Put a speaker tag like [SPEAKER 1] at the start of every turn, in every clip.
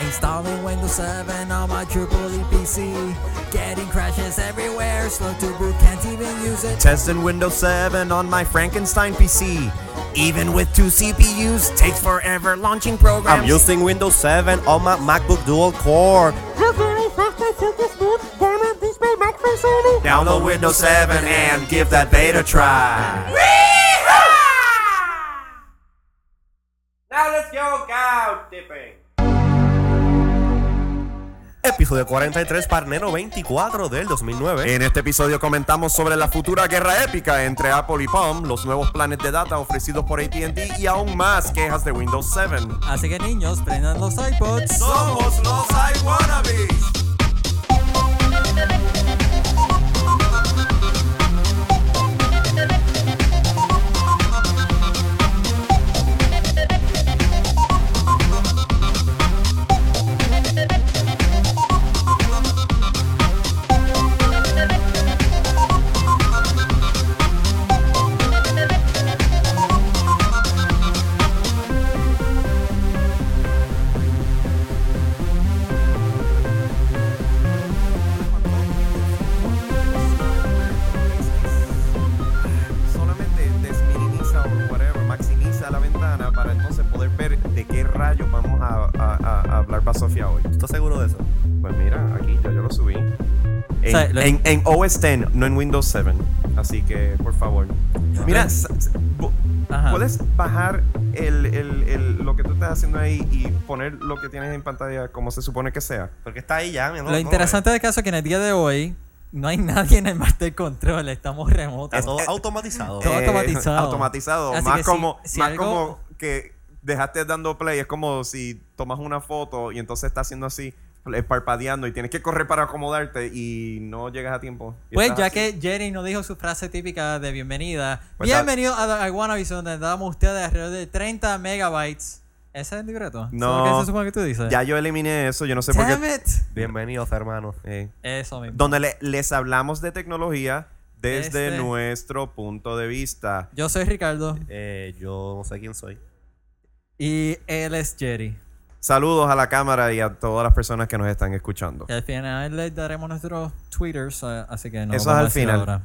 [SPEAKER 1] Installing Windows 7 on my Tripoli PC. Getting crashes everywhere, slow to boot, can't even use it.
[SPEAKER 2] Testing Windows 7 on my Frankenstein PC. Even with two CPUs, takes forever launching programs. I'm using Windows 7 on my MacBook Dual Core.
[SPEAKER 3] Has very fast and silky smooth diamond display mic from Sony.
[SPEAKER 2] Download Windows 7 and give that beta try.
[SPEAKER 4] Now let's go cow dipping.
[SPEAKER 2] Episodio 43, Parnero 24 del 2009. En este episodio comentamos sobre la futura guerra épica entre Apple y Palm, los nuevos planes de data ofrecidos por ATT y aún más quejas de Windows 7.
[SPEAKER 1] Así que niños, prendan los iPods.
[SPEAKER 2] Somos los iWannabes. solamente desminimiza o whatever, maximiza la ventana para entonces poder ver de qué rayos vamos a, a- a- a hablar para Sofía hoy. ¿Estás seguro de eso? Pues mira, aquí ya yo lo subí. En,
[SPEAKER 1] sea, lo-
[SPEAKER 2] en- en OS X, no en Windows 7. Así que, por favor. Mira,
[SPEAKER 1] Pero-
[SPEAKER 2] s- s- bu-
[SPEAKER 1] Ajá.
[SPEAKER 2] puedes bajar el, el- el- lo que tú estás haciendo ahí y poner lo que tienes en pantalla como se supone que sea. Porque está ahí ya, mi amor,
[SPEAKER 1] Lo
[SPEAKER 2] ¿cómo
[SPEAKER 1] interesante del caso es que en el día de hoy no hay nadie en el Master Control, estamos remotos.
[SPEAKER 5] Está todo automatizado.
[SPEAKER 1] todo
[SPEAKER 2] Eh,
[SPEAKER 1] automatizado.
[SPEAKER 2] automatizado.
[SPEAKER 1] Oh. Así
[SPEAKER 2] más
[SPEAKER 1] que si-
[SPEAKER 2] como,
[SPEAKER 1] si
[SPEAKER 2] más
[SPEAKER 1] algo-
[SPEAKER 2] como que dejaste dando play. Es como si tomas una foto y entonces está haciendo así, eh, parpadeando y tienes que correr para acomodarte y no llegas a tiempo. Y
[SPEAKER 1] Pues
[SPEAKER 2] estás
[SPEAKER 1] ya
[SPEAKER 2] así.
[SPEAKER 1] que Jerry no dijo su frase típica de bienvenida.
[SPEAKER 2] Pues da-
[SPEAKER 1] Bienvenido a The Iguanavision, donde damos ustedes alrededor de 30 megabytes. ¿Ese es el libreto? ¿Eso es lo
[SPEAKER 2] No.
[SPEAKER 1] que se supone que tú dices?
[SPEAKER 2] Ya yo eliminé eso, yo no sé por
[SPEAKER 1] ¡Damn
[SPEAKER 2] qué.
[SPEAKER 1] it!
[SPEAKER 5] Bienvenidos, hermanos.
[SPEAKER 2] Eh,
[SPEAKER 1] Eso mismo.
[SPEAKER 2] donde le- les hablamos de tecnología desde
[SPEAKER 1] Desde-
[SPEAKER 2] nuestro punto de vista.
[SPEAKER 1] Yo soy Ricardo
[SPEAKER 5] Eh, yo no sé quién soy.
[SPEAKER 1] y él es Jerry.
[SPEAKER 2] Saludos a la cámara y a todas las personas que nos están escuchando.
[SPEAKER 1] Y al final les daremos nuestros twitters, eh, así que no vamos
[SPEAKER 2] Eso es
[SPEAKER 1] a
[SPEAKER 2] al
[SPEAKER 1] decir
[SPEAKER 2] final.
[SPEAKER 1] ahora.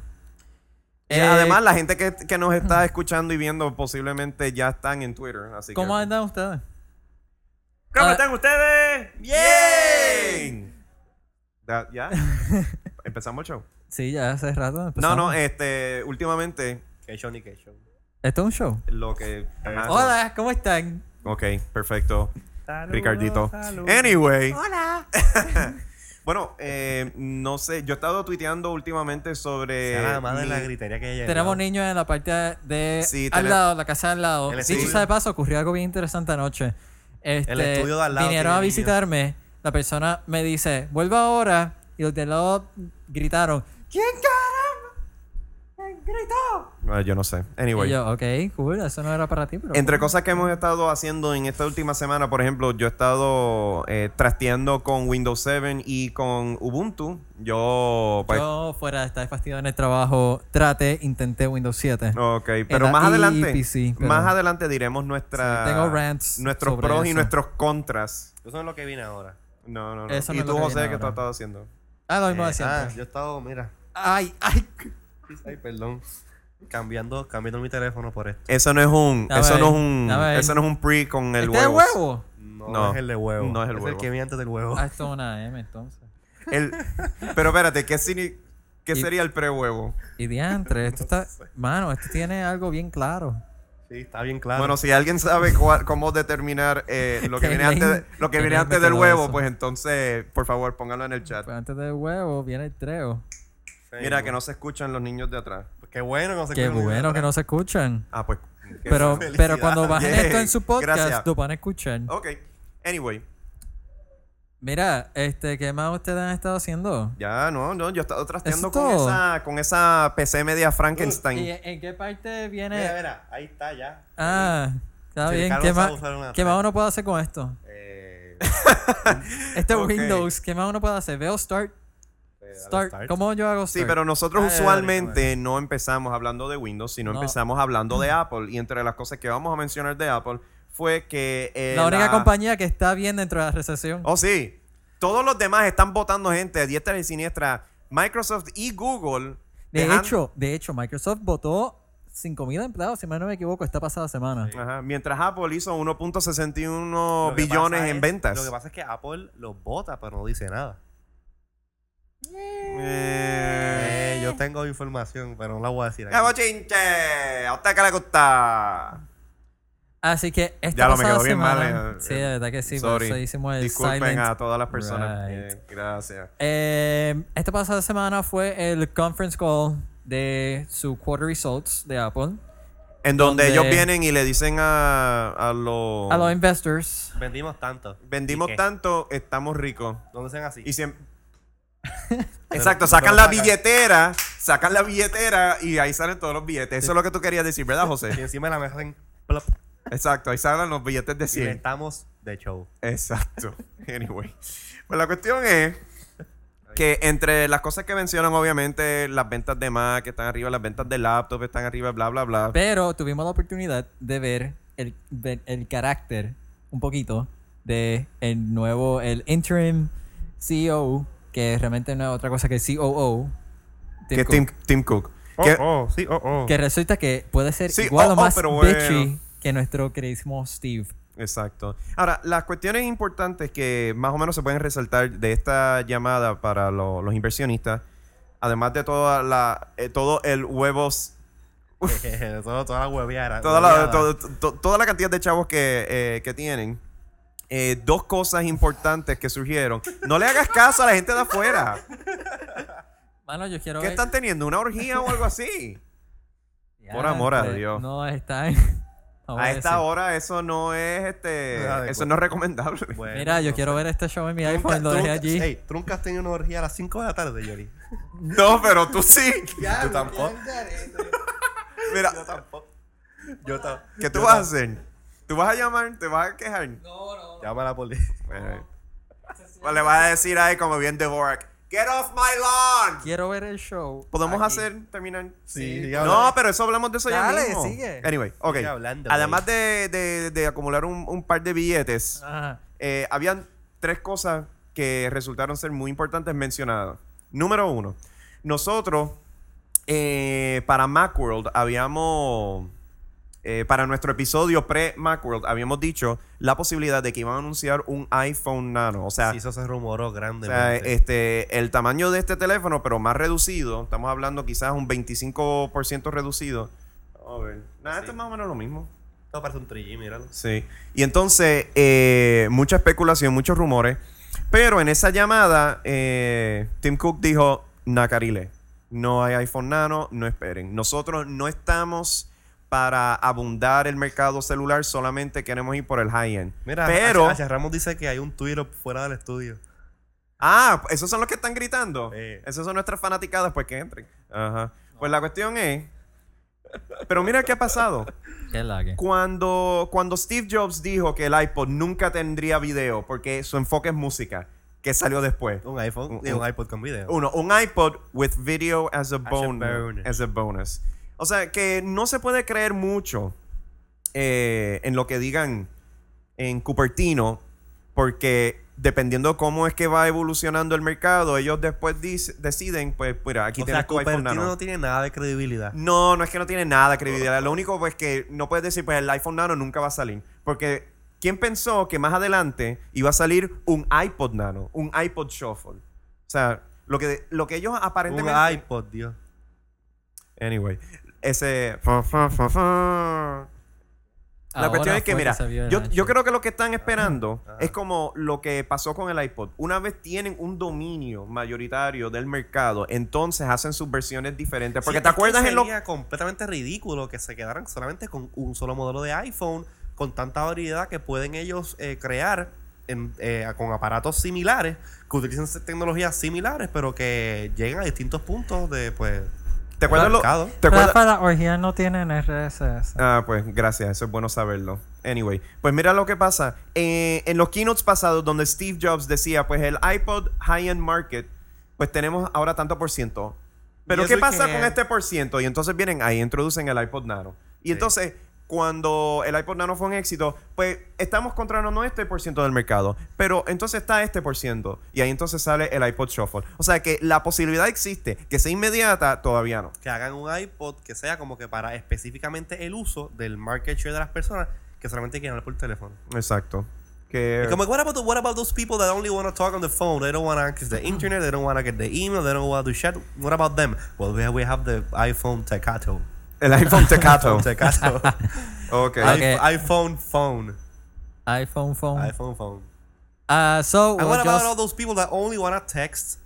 [SPEAKER 2] Y
[SPEAKER 1] Eh,
[SPEAKER 2] además, la gente que, que nos está escuchando y viendo posiblemente ya están en Twitter. Así
[SPEAKER 1] Eh, ¿Cómo
[SPEAKER 2] que...
[SPEAKER 1] andan ustedes?
[SPEAKER 4] ¿Cómo
[SPEAKER 1] Ah.
[SPEAKER 4] están ustedes?
[SPEAKER 2] ¡Bien! Da- ¿Ya? ¿Empezamos el show?
[SPEAKER 1] Sí, ya hace rato.
[SPEAKER 2] No,
[SPEAKER 1] empezamos.
[SPEAKER 2] no, este, últimamente
[SPEAKER 5] Keshon y Keshon.
[SPEAKER 1] Esto es un show.
[SPEAKER 2] lo que... ajá,
[SPEAKER 1] Hola, ¿cómo están?
[SPEAKER 2] Ok, perfecto. Ricardito. Anyway. Hola. bueno, eh, no sé, yo he estado tuiteando últimamente sobre...
[SPEAKER 5] Sea la madre de la
[SPEAKER 2] mi-
[SPEAKER 5] gritería que ella
[SPEAKER 1] Tenemos niños en la parte de
[SPEAKER 2] Sí,
[SPEAKER 1] al
[SPEAKER 2] tele-
[SPEAKER 1] lado, la casa al lado.
[SPEAKER 5] El
[SPEAKER 1] Dicho
[SPEAKER 5] estudio.
[SPEAKER 1] sea de paso, ocurrió algo bien interesante anoche. Este,
[SPEAKER 5] El estudio de al lado
[SPEAKER 1] Vinieron
[SPEAKER 5] tiene
[SPEAKER 1] a
[SPEAKER 5] niños.
[SPEAKER 1] visitarme. La persona me dice, vuelva ahora. Y los de al lado gritaron, ¿quién caramba? Gritó.
[SPEAKER 2] Ah, yo no sé. Anyway.
[SPEAKER 1] Y yo, ok, cool, eso no era para ti, pero.
[SPEAKER 2] Entre cosas que hemos estado haciendo en esta última semana, por ejemplo, yo he estado eh, trasteando con Windows 7 y con Ubuntu. Yo, pues,
[SPEAKER 1] Yo fuera de estar fastidiado en el trabajo, traté, intenté Windows 7.
[SPEAKER 2] Ok, pero
[SPEAKER 1] la
[SPEAKER 2] más adelante,
[SPEAKER 1] IPC, pero-
[SPEAKER 2] más adelante diremos nuestra,
[SPEAKER 1] Sí, tengo rants
[SPEAKER 2] nuestros
[SPEAKER 1] sobre
[SPEAKER 2] pros y
[SPEAKER 1] eso.
[SPEAKER 2] nuestros contras.
[SPEAKER 5] Yo sé lo que vine ahora.
[SPEAKER 2] No, no, no.
[SPEAKER 1] Eso no
[SPEAKER 2] y
[SPEAKER 1] es
[SPEAKER 2] tú,
[SPEAKER 1] lo que
[SPEAKER 2] José,
[SPEAKER 1] viene
[SPEAKER 2] ¿qué tú
[SPEAKER 1] ahora.
[SPEAKER 2] has estado haciendo?
[SPEAKER 1] Ah, lo mismo
[SPEAKER 5] Eh,
[SPEAKER 1] de siempre.
[SPEAKER 5] ah, yo he estado, mira.
[SPEAKER 1] Ay, ay.
[SPEAKER 5] Ay, perdón. Cambiando, cambiando mi teléfono por esto.
[SPEAKER 2] Eso no es un,
[SPEAKER 1] Dame
[SPEAKER 2] eso
[SPEAKER 1] ahí,
[SPEAKER 2] no es un,
[SPEAKER 1] dame ahí.
[SPEAKER 2] eso no es un pre con el
[SPEAKER 1] ¿Este es
[SPEAKER 2] huevo.
[SPEAKER 1] huevo?
[SPEAKER 5] No,
[SPEAKER 2] No,
[SPEAKER 5] es el de huevo.
[SPEAKER 2] no es el huevo.
[SPEAKER 5] el que viene antes del huevo.
[SPEAKER 1] Ah, esto es una M entonces.
[SPEAKER 2] El- pero espérate, ¿qué, signi- qué
[SPEAKER 1] Y-
[SPEAKER 2] sería el pre-huevo?
[SPEAKER 1] Y diantre, esto está. Mano, esto tiene algo bien claro.
[SPEAKER 5] Sí, está bien claro.
[SPEAKER 2] Bueno, si alguien sabe cuál- cómo determinar eh, lo que
[SPEAKER 1] Qué
[SPEAKER 2] viene antes, de-
[SPEAKER 1] lame-
[SPEAKER 2] lo que
[SPEAKER 1] qué
[SPEAKER 2] viene
[SPEAKER 1] lame
[SPEAKER 2] antes del
[SPEAKER 1] todo
[SPEAKER 2] huevo,
[SPEAKER 1] eso.
[SPEAKER 2] pues entonces, por favor, pónganlo en el chat.
[SPEAKER 1] Pero antes del huevo viene el treo.
[SPEAKER 2] Mira que no se escuchan los niños de atrás.
[SPEAKER 5] Qué bueno que no se
[SPEAKER 1] Qué bueno que no se escuchan.
[SPEAKER 2] Ah, pues. qué
[SPEAKER 1] Pero,
[SPEAKER 5] felicidad. Oh.
[SPEAKER 1] pero cuando bajen
[SPEAKER 2] Yeah,
[SPEAKER 1] esto en su podcast,
[SPEAKER 2] gracias.
[SPEAKER 1] lo van a escuchar.
[SPEAKER 2] Ok. Anyway.
[SPEAKER 1] Mira, este, ¿qué más ustedes han estado haciendo?
[SPEAKER 2] Ya, no, no, yo he estado trasteando
[SPEAKER 1] ¿Eso
[SPEAKER 2] con
[SPEAKER 1] todo?
[SPEAKER 2] esa, con esa PC media
[SPEAKER 1] ¿Y
[SPEAKER 2] Frankenstein.
[SPEAKER 1] en qué parte
[SPEAKER 5] Mira,
[SPEAKER 1] viene?
[SPEAKER 5] mira, ahí está ya.
[SPEAKER 1] Ah, está
[SPEAKER 5] Sí,
[SPEAKER 1] bien.
[SPEAKER 5] Carlos
[SPEAKER 1] ¿Qué
[SPEAKER 5] sabe
[SPEAKER 1] más,
[SPEAKER 5] usar una
[SPEAKER 1] ¿Qué más uno puede hacer con esto?
[SPEAKER 5] Eh,
[SPEAKER 1] Este
[SPEAKER 2] Ok.
[SPEAKER 1] Windows, ¿qué más uno puede hacer? Veo start. Start.
[SPEAKER 5] start.
[SPEAKER 1] ¿Cómo yo hago
[SPEAKER 2] Sí,
[SPEAKER 1] start?
[SPEAKER 2] pero nosotros
[SPEAKER 5] Dale, dale,
[SPEAKER 2] usualmente no empezamos hablando de Windows, sino
[SPEAKER 1] No. Mm.
[SPEAKER 2] empezamos hablando de Apple. Y entre las cosas que vamos a mencionar de Apple fue que... eh,
[SPEAKER 1] la única compañía que está bien dentro de la recesión.
[SPEAKER 2] Oh, sí. Todos los demás están votando gente a diestra y siniestra. Microsoft y Google.
[SPEAKER 1] de
[SPEAKER 2] dejan-
[SPEAKER 1] hecho, de hecho, Microsoft votó 5.000 empleados, si mal no me equivoco, esta pasada semana.
[SPEAKER 2] Ajá, Mientras Apple hizo
[SPEAKER 5] Lo
[SPEAKER 2] 1.61
[SPEAKER 5] que
[SPEAKER 2] billones
[SPEAKER 5] pasa
[SPEAKER 2] en
[SPEAKER 5] es-
[SPEAKER 2] ventas.
[SPEAKER 5] Lo que pasa es que Apple los vota, pero no dice nada.
[SPEAKER 2] Eh,
[SPEAKER 5] Eh, yo tengo información, pero no la voy a decir. aquí.
[SPEAKER 2] ¡Cabo chinche! ¡A usted que le gusta!
[SPEAKER 1] Así que esta
[SPEAKER 2] Ya lo me
[SPEAKER 1] pasada
[SPEAKER 2] quedó bien mal.
[SPEAKER 1] semana.
[SPEAKER 2] eh,
[SPEAKER 1] sí,
[SPEAKER 2] eh,
[SPEAKER 1] de verdad que sí, por
[SPEAKER 2] sorry.
[SPEAKER 1] eso hicimos el
[SPEAKER 2] Disculpen
[SPEAKER 1] silent.
[SPEAKER 2] a todas las personas.
[SPEAKER 1] Right.
[SPEAKER 2] Eh, gracias.
[SPEAKER 1] Eh, esta pasada semana fue el conference call de su quarter results de Apple
[SPEAKER 2] En donde,
[SPEAKER 1] Donde-
[SPEAKER 2] ellos vienen y le dicen a, a los...
[SPEAKER 1] a los em- investors.
[SPEAKER 5] Vendimos tanto.
[SPEAKER 2] Vendimos
[SPEAKER 5] ¿Y qué?
[SPEAKER 2] tanto, estamos ricos.
[SPEAKER 5] ¿Dónde sean así?
[SPEAKER 2] Y siempre... Exacto,
[SPEAKER 5] pero
[SPEAKER 2] sacan la
[SPEAKER 5] sacan.
[SPEAKER 2] billetera, sacan la billetera y ahí salen todos los billetes. Eso es lo que tú querías decir, ¿verdad,
[SPEAKER 5] Y
[SPEAKER 2] José?
[SPEAKER 5] encima de la mesa hacen plop,
[SPEAKER 2] Exacto, ahí salen los billetes de
[SPEAKER 5] y
[SPEAKER 2] 100.
[SPEAKER 5] inventamos de show.
[SPEAKER 2] Exacto. Anyway. Pues la cuestión es que entre las cosas que mencionan, obviamente, las ventas de Mac están arriba, las ventas de laptop están arriba, bla, bla, bla.
[SPEAKER 1] Pero tuvimos la oportunidad de ver el, ver el carácter un poquito de el nuevo, el interim CEO, que realmente no es otra cosa que el COO. Tim
[SPEAKER 2] que
[SPEAKER 1] Cook.
[SPEAKER 2] Tim, Tim Cook. Que-
[SPEAKER 5] oh, sí, oh, oh.
[SPEAKER 1] Que resulta que puede ser
[SPEAKER 2] Sí,
[SPEAKER 1] igual
[SPEAKER 2] oh,
[SPEAKER 1] o
[SPEAKER 2] oh,
[SPEAKER 1] más
[SPEAKER 2] pero bueno.
[SPEAKER 1] bitchy que nuestro queridísimo Steve.
[SPEAKER 2] Exacto. Ahora, las cuestiones importantes que más o menos se pueden resaltar de esta llamada para lo- los inversionistas, además de toda la, eh, todo el huevos
[SPEAKER 5] Todo- toda la hueviara.
[SPEAKER 2] toda la,
[SPEAKER 5] hueviada.
[SPEAKER 2] to- to- toda la cantidad de chavos que, eh, que tienen. eh, dos cosas importantes que surgieron. No le hagas caso a la gente de afuera.
[SPEAKER 1] Mano, yo quiero
[SPEAKER 2] ¿Qué
[SPEAKER 1] ver-
[SPEAKER 2] están teniendo? ¿Una orgía o algo así?
[SPEAKER 1] Ya,
[SPEAKER 2] Por amor a
[SPEAKER 1] eh,
[SPEAKER 2] Dios.
[SPEAKER 1] No, está en... vamos
[SPEAKER 2] A
[SPEAKER 1] decir.
[SPEAKER 2] esta hora eso no es este,
[SPEAKER 5] Adecuado.
[SPEAKER 2] eso no es recomendable.
[SPEAKER 5] Bueno,
[SPEAKER 1] Mira, yo
[SPEAKER 5] no
[SPEAKER 1] quiero
[SPEAKER 5] sé.
[SPEAKER 1] ver este show en mi
[SPEAKER 5] Trunca-
[SPEAKER 1] iPhone, lo dejé
[SPEAKER 5] Trunca-
[SPEAKER 1] allí.
[SPEAKER 5] Ey, Truncas tenía una orgía a las 5 de la tarde, Johnny.
[SPEAKER 2] No, pero tú sí.
[SPEAKER 5] Yo tampoco.
[SPEAKER 2] Mira,
[SPEAKER 5] Yo tampoco. Yo tampoco.
[SPEAKER 2] ¿qué tú vas a hacer? ¿Tú vas a llamar? ¿Te vas a quejar?
[SPEAKER 5] Llama a la policía.
[SPEAKER 2] Bueno. eh. Pues le vas a decir ahí como bien de Borak, Get off my lawn.
[SPEAKER 1] Quiero ver el show.
[SPEAKER 2] ¿Podemos
[SPEAKER 5] Aquí.
[SPEAKER 2] hacer terminar?
[SPEAKER 5] Sí,
[SPEAKER 2] no,
[SPEAKER 5] sigue hablando.
[SPEAKER 2] pero eso hablamos de eso ya
[SPEAKER 1] Dale,
[SPEAKER 2] mismo.
[SPEAKER 1] sigue.
[SPEAKER 2] Anyway, ok.
[SPEAKER 5] Sigue hablando, pues.
[SPEAKER 2] Además de, de- de acumular un, un par de billetes,
[SPEAKER 1] Ajá.
[SPEAKER 2] eh, habían tres cosas que resultaron ser muy importantes mencionadas. Número uno, nosotros eh, para Macworld habíamos, eh, para nuestro episodio pre-Macworld, habíamos dicho la posibilidad de que iban a anunciar un iPhone Nano. O sea,
[SPEAKER 5] Sí, eso se rumoró
[SPEAKER 2] o
[SPEAKER 5] grande.
[SPEAKER 2] sea, este, el tamaño de este teléfono, pero más reducido. Estamos hablando quizás un 25% reducido. A ver. Nada,
[SPEAKER 5] Sí.
[SPEAKER 2] esto es más o menos lo mismo.
[SPEAKER 5] Esto parece un 3G, míralo.
[SPEAKER 2] Sí. Y entonces, eh, mucha especulación, muchos rumores. Pero en esa llamada, eh, Tim Cook dijo, Nacarile, no hay iPhone Nano, no esperen. Nosotros no estamos para abundar el mercado celular, solamente queremos ir por el high-end.
[SPEAKER 5] Mira,
[SPEAKER 2] pero...
[SPEAKER 5] Acha- Acha Ramos dice que hay un Twitter fuera del estudio.
[SPEAKER 2] Ah, esos son los que están gritando.
[SPEAKER 5] Sí.
[SPEAKER 2] Esos son nuestras fanaticadas, pues que entren. Ajá. Pues la cuestión es. Pero mira qué ha pasado.
[SPEAKER 1] Qué lague.
[SPEAKER 2] Cuando, cuando Steve Jobs dijo que el iPod nunca tendría video porque su enfoque es música, que salió después.
[SPEAKER 5] Un iPhone,
[SPEAKER 2] Un-
[SPEAKER 5] digo, un,
[SPEAKER 2] un-
[SPEAKER 5] iPod con video.
[SPEAKER 2] Uno, un iPod with video as a
[SPEAKER 5] a
[SPEAKER 2] bonus.
[SPEAKER 5] bonus.
[SPEAKER 2] As a bonus. O sea, que no se puede creer mucho eh, en lo que digan en Cupertino, porque dependiendo cómo es que va evolucionando el mercado, ellos después dic- deciden, pues, mira, aquí
[SPEAKER 5] o
[SPEAKER 2] tienes
[SPEAKER 5] sea,
[SPEAKER 2] tu iPhone
[SPEAKER 5] Cupertino
[SPEAKER 2] Nano.
[SPEAKER 5] no tiene nada de credibilidad.
[SPEAKER 2] No, no es que no tiene nada de credibilidad. Lo único pues que no puedes decir, pues el iPhone Nano nunca va a salir. Porque, ¿quién pensó que más adelante iba a salir un iPod Nano? Un iPod Shuffle. O sea, lo que, lo que ellos aparentemente...
[SPEAKER 5] Un iPod, Dios.
[SPEAKER 2] Anyway, ese... La cuestión es que, mira, yo, yo creo que lo que están esperando
[SPEAKER 5] Ajá.
[SPEAKER 2] es como lo que pasó con el iPod. Una vez tienen un dominio mayoritario del mercado, entonces hacen sus versiones diferentes. Porque
[SPEAKER 5] Sí,
[SPEAKER 2] te
[SPEAKER 5] es que
[SPEAKER 2] acuerdas en lo...
[SPEAKER 5] sería completamente ridículo que se quedaran solamente con un solo modelo de iPhone, con tanta variedad que pueden ellos eh, crear en, eh, con aparatos similares, que utilicen tecnologías similares, pero que lleguen a distintos puntos de, pues,
[SPEAKER 2] ¿Te acuerdas,
[SPEAKER 5] del
[SPEAKER 2] lo,
[SPEAKER 5] mercado.
[SPEAKER 2] ¿Te acuerdas?
[SPEAKER 1] la orgía no tienen RSS.
[SPEAKER 2] Ah, pues gracias, eso es bueno saberlo. Anyway, pues mira lo que pasa. Eh, en los keynotes pasados donde Steve Jobs decía, pues el iPod high-end market, pues tenemos ahora tanto por ciento. Pero
[SPEAKER 5] Y
[SPEAKER 2] ¿qué
[SPEAKER 5] eso
[SPEAKER 2] pasa
[SPEAKER 5] que-
[SPEAKER 2] con este por ciento? Y entonces vienen ahí, introducen el iPod Nano. Y
[SPEAKER 5] Sí.
[SPEAKER 2] entonces cuando el iPod Nano fue un éxito, pues estamos controlando este por ciento del mercado, pero entonces está este por ciento y ahí entonces sale el iPod Shuffle. O sea que la posibilidad existe, que sea inmediata todavía no.
[SPEAKER 5] que hagan un iPod que sea como que para específicamente el uso del market share de las personas que solamente quieren hablar por teléfono.
[SPEAKER 2] Exacto. Que
[SPEAKER 5] Like, I'm like, what about the, what about those people that only want to talk on the phone? They don't want to access the internet. They don't want to get the email. They don't want to do chat. What about them? Well, we have, we have the iPhone Tecato.
[SPEAKER 2] el iPhone Tecato.
[SPEAKER 5] Tecato.
[SPEAKER 2] ok.
[SPEAKER 1] Ah, Okay.
[SPEAKER 5] I- iPhone phone.
[SPEAKER 1] iPhone phone.
[SPEAKER 5] iPhone phone.
[SPEAKER 1] Ah, so,
[SPEAKER 5] And
[SPEAKER 1] we'll
[SPEAKER 5] what about
[SPEAKER 1] just-
[SPEAKER 5] all those people that only want to text,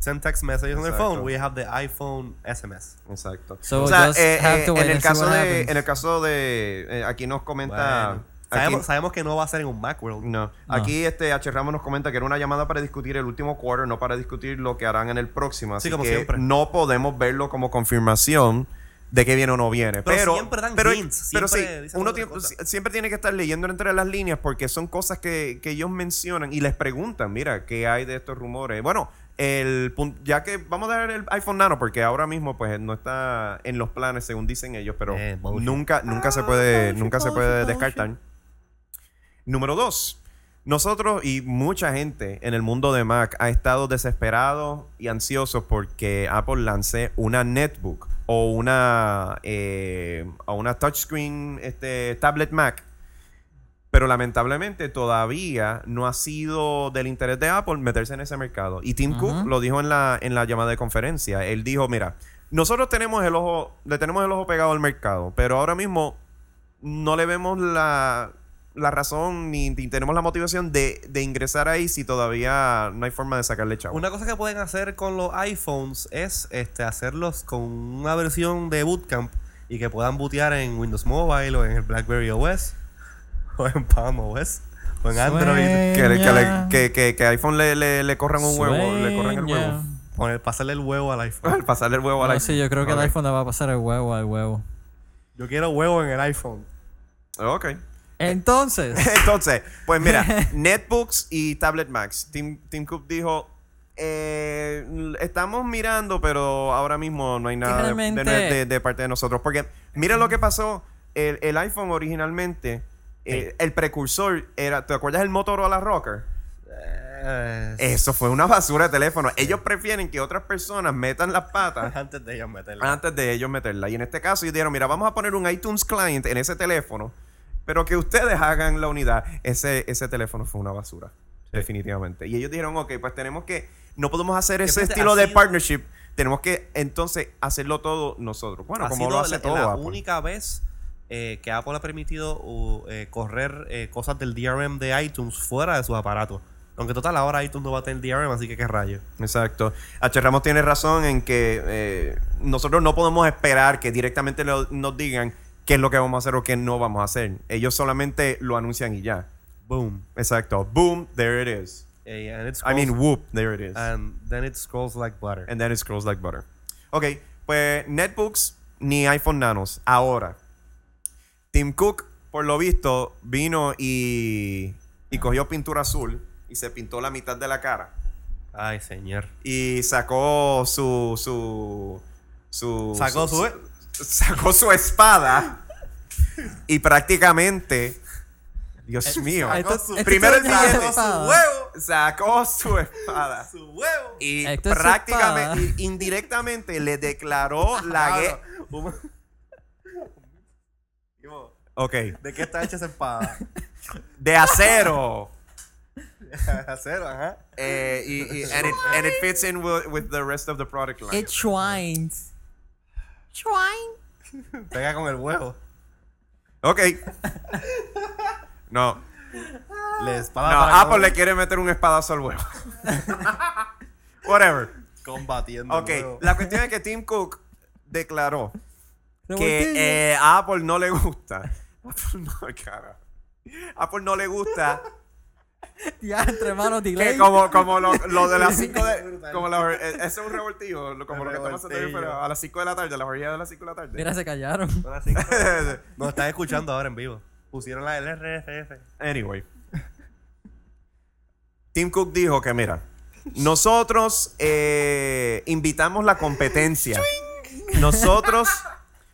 [SPEAKER 5] send text messages on their
[SPEAKER 2] Exacto.
[SPEAKER 5] phone? We have the iPhone SMS.
[SPEAKER 2] Exacto.
[SPEAKER 1] So
[SPEAKER 2] o sea,
[SPEAKER 1] just
[SPEAKER 2] eh,
[SPEAKER 1] have
[SPEAKER 2] eh,
[SPEAKER 1] to wait
[SPEAKER 2] en, el
[SPEAKER 1] and see
[SPEAKER 2] caso
[SPEAKER 1] what
[SPEAKER 2] de,
[SPEAKER 1] happens.
[SPEAKER 2] en el caso de. eh, aquí nos comenta.
[SPEAKER 5] Bueno, sabemos,
[SPEAKER 2] aquí-
[SPEAKER 5] sabemos que no va a ser en un Macworld.
[SPEAKER 2] No. Aquí este H. Ramos nos comenta que era una llamada para discutir el último quarter, no para discutir lo que harán en el próximo. Así
[SPEAKER 5] Sí, como
[SPEAKER 2] que
[SPEAKER 5] siempre.
[SPEAKER 2] no podemos verlo como confirmación de que viene o no viene. Pero,
[SPEAKER 5] Pero siempre dan hints,
[SPEAKER 2] pero
[SPEAKER 5] siempre
[SPEAKER 2] sí,
[SPEAKER 5] dicen
[SPEAKER 2] uno
[SPEAKER 5] otra
[SPEAKER 2] tiene-
[SPEAKER 5] cosa.
[SPEAKER 2] si- siempre tiene que estar leyendo entre las líneas porque son cosas que, que ellos mencionan y les preguntan, mira, ¿qué hay de estos rumores? Bueno, el pun- ya que vamos a dar el iPhone Nano porque ahora mismo pues no está en los planes según dicen ellos, pero
[SPEAKER 5] Eh, bullshit.
[SPEAKER 2] nunca nunca se puede nunca se puede descartar. Número dos, nosotros y mucha gente en el mundo de Mac ha estado desesperado y ansioso porque Apple lance una netbook o una, eh, o una touchscreen este, tablet Mac. Pero lamentablemente todavía no ha sido del interés de Apple meterse en ese mercado. Y Tim Cook lo dijo en la, en la llamada de conferencia. Él dijo, mira, nosotros tenemos el ojo, le tenemos el ojo pegado al mercado, pero ahora mismo no le vemos la, la razón ni, ni tenemos la motivación de, de ingresar ahí si todavía no hay forma de sacarle chavo.
[SPEAKER 5] Una cosa que pueden hacer con los iPhones es este, hacerlos con una versión de Bootcamp y que puedan bootear en Windows Mobile o en el BlackBerry OS o en Palm OS o en Android.
[SPEAKER 2] que, le- que le-
[SPEAKER 1] Sueña.
[SPEAKER 2] que- que- que iPhone le, le- le corran un huevo, le corran el
[SPEAKER 1] Sueña.
[SPEAKER 2] huevo.
[SPEAKER 5] Poner, pasarle el huevo al
[SPEAKER 2] Al
[SPEAKER 5] iPhone.
[SPEAKER 2] pasarle el huevo al
[SPEAKER 1] No,
[SPEAKER 2] iPhone.
[SPEAKER 1] Oh, sí, yo creo que
[SPEAKER 2] Ok.
[SPEAKER 1] el iPhone le va a pasar el huevo al huevo.
[SPEAKER 5] Yo quiero huevo en el iPhone.
[SPEAKER 2] Ok.
[SPEAKER 1] Entonces,
[SPEAKER 2] Entonces, pues mira, Netbooks y Tablet Max. Tim, Tim Cook dijo, eh, estamos mirando, pero ahora mismo no hay nada de- de,
[SPEAKER 1] realmente-
[SPEAKER 2] de- de parte de nosotros. Porque mira lo que pasó, el, el iPhone originalmente, eh, el precursor era, ¿te acuerdas el Motorola Rocker?
[SPEAKER 5] Eh,
[SPEAKER 2] Eso fue una basura de teléfono. Ellos prefieren que otras personas metan las patas
[SPEAKER 5] Antes de ellos meterlo.
[SPEAKER 2] antes de ellos meterla. Y en este caso ellos dijeron, mira, vamos a poner un iTunes client en ese teléfono, pero que ustedes hagan la unidad. Ese, ese teléfono fue una basura, definitivamente. Y ellos dijeron, ok, pues tenemos que, no podemos hacer ese
[SPEAKER 5] fíjate,
[SPEAKER 2] estilo
[SPEAKER 5] pues, ha
[SPEAKER 2] de
[SPEAKER 5] sido-
[SPEAKER 2] partnership, tenemos que entonces hacerlo todo nosotros. Bueno,
[SPEAKER 5] ha
[SPEAKER 2] como
[SPEAKER 5] sido
[SPEAKER 2] lo hace
[SPEAKER 5] la,
[SPEAKER 2] todo.
[SPEAKER 5] la
[SPEAKER 2] Apple.
[SPEAKER 5] única vez eh, que Apple ha permitido uh, eh, correr eh, cosas del DRM de iTunes fuera de sus aparatos. Aunque total ahora iTunes no va a tener DRM, así que qué rayo.
[SPEAKER 2] Exacto. H. Ramos tiene razón en que eh, nosotros no podemos esperar que directamente lo- nos digan qué es lo que vamos a hacer o qué no vamos a hacer. Ellos solamente lo anuncian y ya.
[SPEAKER 5] Boom.
[SPEAKER 2] Exacto. Boom, there it is.
[SPEAKER 5] Eh, and it's
[SPEAKER 2] I mean, whoop, there it is.
[SPEAKER 5] And then it scrolls like butter.
[SPEAKER 2] And then it scrolls like butter. Ok, pues netbooks ni iPhone nanos. Ahora, Tim Cook, por lo visto, vino y, y cogió pintura azul y se pintó la mitad de la cara.
[SPEAKER 5] Ay, señor.
[SPEAKER 2] Y sacó su. su. su
[SPEAKER 5] Sacó su- e-?
[SPEAKER 2] Sacó su espada. y prácticamente. Dios mío.
[SPEAKER 1] esto-
[SPEAKER 2] sacó su-
[SPEAKER 1] esto
[SPEAKER 2] primero el
[SPEAKER 1] tiene que ser
[SPEAKER 2] billete.
[SPEAKER 1] espada.
[SPEAKER 2] Sacó su espada.
[SPEAKER 5] ¡Su huevo!
[SPEAKER 2] Y
[SPEAKER 1] Esto es
[SPEAKER 2] prácticamente, y indirectamente le
[SPEAKER 1] Ah,
[SPEAKER 2] declaró la guerra. Ok.
[SPEAKER 5] ¿De qué está hecha esa espada?
[SPEAKER 2] De acero.
[SPEAKER 5] Acero, ajá.
[SPEAKER 2] Eh, y, y- and, it, and it fits in with, with the rest of the product line.
[SPEAKER 1] it shines. Shine.
[SPEAKER 5] Pega con el huevo.
[SPEAKER 2] Ok. No.
[SPEAKER 5] La
[SPEAKER 1] Ah,
[SPEAKER 5] espada
[SPEAKER 2] No,
[SPEAKER 5] para
[SPEAKER 2] Apple le quiere meter un espadazo al huevo. Whatever.
[SPEAKER 5] combatiendo. el
[SPEAKER 2] Ok.
[SPEAKER 5] huevo.
[SPEAKER 2] La cuestión es que Tim Cook declaró
[SPEAKER 1] Revoltillo.
[SPEAKER 2] que eh, a Apple no le gusta. Apple no, cara. Apple no le gusta
[SPEAKER 1] Ya, entre manos,
[SPEAKER 2] Que
[SPEAKER 1] delay.
[SPEAKER 2] como, como lo, lo de las 5 de.
[SPEAKER 5] Brutal.
[SPEAKER 2] Como la, eh, ese es un revoltivo, lo- como
[SPEAKER 5] El
[SPEAKER 2] lo que está pasando hoy,
[SPEAKER 5] revoltillo.
[SPEAKER 2] pero a las 5 de la tarde, a las orillas de las 5 de la tarde.
[SPEAKER 1] Mira, se callaron.
[SPEAKER 5] Son así. Nos están escuchando ahora en vivo. Pusieron la LRFF.
[SPEAKER 2] anyway. Tim Cook dijo que, mira, nosotros eh, invitamos la competencia. Nosotros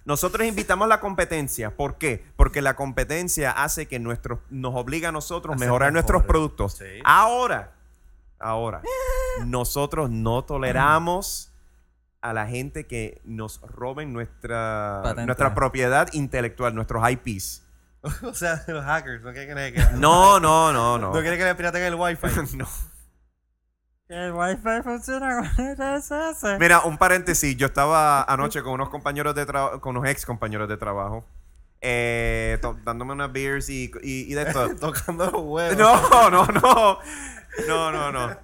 [SPEAKER 2] Nosotros invitamos la competencia. ¿Por qué? Porque la competencia hace que nuestros, nos obliga a nosotros
[SPEAKER 5] A
[SPEAKER 2] a
[SPEAKER 5] ser
[SPEAKER 2] mejorar nuestros
[SPEAKER 5] mejores.
[SPEAKER 2] productos.
[SPEAKER 5] Sí.
[SPEAKER 2] Ahora, ahora, nosotros no toleramos a la gente que nos roben nuestra,
[SPEAKER 1] Patente.
[SPEAKER 2] nuestra propiedad intelectual, nuestros IPs.
[SPEAKER 5] o sea, los hackers. No quieren que le, no.
[SPEAKER 2] No, no, no, no.
[SPEAKER 5] quieren que le piraten el wifi.
[SPEAKER 2] No.
[SPEAKER 1] El wifi funciona con SS.
[SPEAKER 2] Mira, un paréntesis. Yo estaba anoche con unos compañeros de trabajo, con unos ex compañeros de trabajo, eh, to- dándome unas beers y, y, y de esto.
[SPEAKER 5] Tocando los huevos.
[SPEAKER 2] No, no, no. No, no, no.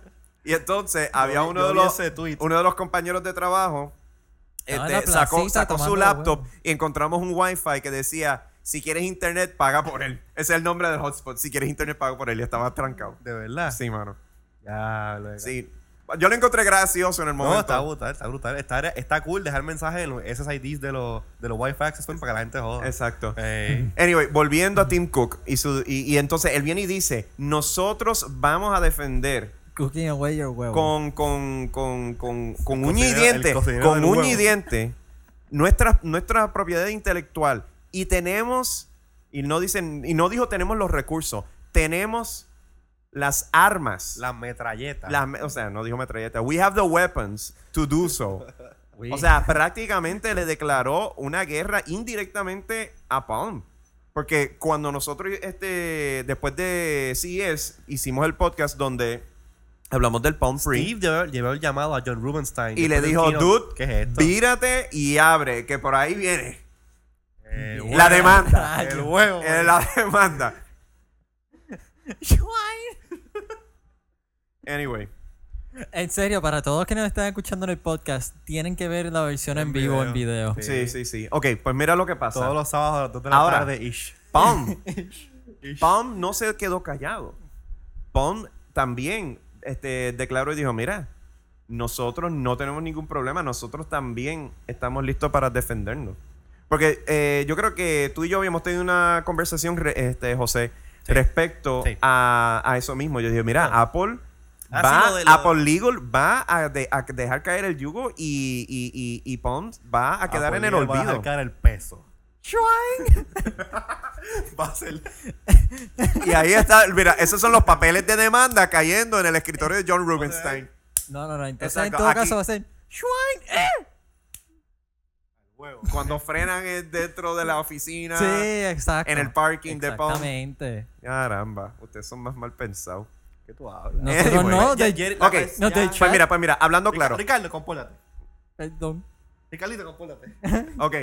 [SPEAKER 2] Y entonces había
[SPEAKER 5] vi-
[SPEAKER 2] uno
[SPEAKER 5] yo
[SPEAKER 2] de
[SPEAKER 5] vi
[SPEAKER 2] los
[SPEAKER 5] ese tweet.
[SPEAKER 2] uno de los compañeros de trabajo
[SPEAKER 1] Estaba
[SPEAKER 2] este,
[SPEAKER 1] en la
[SPEAKER 2] sacó,
[SPEAKER 1] placita
[SPEAKER 2] sacó su
[SPEAKER 1] tomando
[SPEAKER 2] laptop
[SPEAKER 1] huevo.
[SPEAKER 2] y encontramos un wifi que decía si quieres internet paga por él. Ese es el nombre del hotspot. Si quieres internet paga por él. Y estaba trancado.
[SPEAKER 5] De verdad.
[SPEAKER 2] Sí, mano.
[SPEAKER 5] Ya, lo
[SPEAKER 2] Sí. Yo lo encontré gracioso en el
[SPEAKER 5] No,
[SPEAKER 2] momento.
[SPEAKER 5] está brutal, está brutal. Está, está cool dejar mensajes en los SSIDs de los, de los Wi-Fi Access Point para que la gente joda. Eh,
[SPEAKER 2] Exacto.
[SPEAKER 5] Ey.
[SPEAKER 2] Anyway, volviendo a Tim Cook y, su, y, y entonces él viene y dice, nosotros vamos a defender
[SPEAKER 1] Cooking away your huevo.
[SPEAKER 2] con, con, con, con, con uña y
[SPEAKER 5] cocinero- Oh. el
[SPEAKER 2] diente,
[SPEAKER 5] cocinero
[SPEAKER 2] con
[SPEAKER 5] del
[SPEAKER 2] uña y
[SPEAKER 5] huevo.
[SPEAKER 2] diente, nuestra, nuestra propiedad intelectual y tenemos, y no dicen, y no dijo tenemos los recursos, tenemos las armas.
[SPEAKER 5] La metralleta.
[SPEAKER 2] las me- o sea, no dijo metralleta. We have the weapons to do so.
[SPEAKER 1] We-
[SPEAKER 2] O sea, prácticamente le declaró una guerra indirectamente a Palm. Porque cuando nosotros, este, después de CES, hicimos el podcast donde hablamos del Palm Free.
[SPEAKER 5] Steve llevó, llevó el llamado a John Rubenstein.
[SPEAKER 2] y le
[SPEAKER 5] Después del
[SPEAKER 2] dijo,
[SPEAKER 5] keynote,
[SPEAKER 2] dude,
[SPEAKER 5] ¿qué es esto?
[SPEAKER 2] vírate y abre, que por ahí viene.
[SPEAKER 5] El
[SPEAKER 1] Yeah.
[SPEAKER 5] huevo.
[SPEAKER 2] La demanda.
[SPEAKER 5] El huevo.
[SPEAKER 2] Eh, la demanda. Anyway.
[SPEAKER 1] En serio, para todos que nos están escuchando en el podcast, tienen que ver la versión en,
[SPEAKER 5] En
[SPEAKER 1] vivo, en
[SPEAKER 5] video.
[SPEAKER 1] video.
[SPEAKER 5] Sí.
[SPEAKER 2] Sí, sí, sí. Ok, pues mira lo que pasa.
[SPEAKER 5] Todos los sábados a las 2 de la
[SPEAKER 2] Ahora.
[SPEAKER 5] tarde. Ish.
[SPEAKER 2] Pom. Pom no se quedó callado. Pom también este, declaró y dijo, mira, nosotros no tenemos ningún problema, nosotros también estamos listos para defendernos. Porque eh, yo creo que tú y yo habíamos tenido una conversación, re- este, José, respecto
[SPEAKER 5] Sí.
[SPEAKER 2] a, a eso mismo. Yo dije, mira, Apple...
[SPEAKER 5] Ah,
[SPEAKER 2] va,
[SPEAKER 5] sí, lo de lo-
[SPEAKER 2] Apple Legal va a, de- a dejar caer el yugo y, y, y, y Pom va a quedar en el
[SPEAKER 5] Apolíneo Va a
[SPEAKER 2] olvido.
[SPEAKER 5] dejar caer el peso. Va a ser...
[SPEAKER 2] Y ahí está, mira, esos son los papeles de demanda cayendo en el escritorio de John Rubenstein.
[SPEAKER 1] No, no, no. Entonces,
[SPEAKER 2] Exacto,
[SPEAKER 1] en todo
[SPEAKER 2] aquí-
[SPEAKER 1] caso, va a ser. "Schwein, eh".
[SPEAKER 2] Cuando frenan es dentro de la oficina,
[SPEAKER 1] Sí, exacto.
[SPEAKER 2] en el parking de Palm.
[SPEAKER 1] Exactamente.
[SPEAKER 2] Caramba, ustedes son más mal pensados.
[SPEAKER 5] ¿Qué tú hablas?
[SPEAKER 1] No. Nosotros
[SPEAKER 2] Anyway.
[SPEAKER 1] no,
[SPEAKER 5] Ya-
[SPEAKER 1] de-
[SPEAKER 5] ya-
[SPEAKER 2] Ok,
[SPEAKER 5] ya-
[SPEAKER 1] no, de-
[SPEAKER 5] Rica-
[SPEAKER 2] Pues mira, pues mira, hablando claro.
[SPEAKER 5] Ricardo, compórtate.
[SPEAKER 1] Perdón.
[SPEAKER 5] Ricardito, compórtate.
[SPEAKER 2] Ok,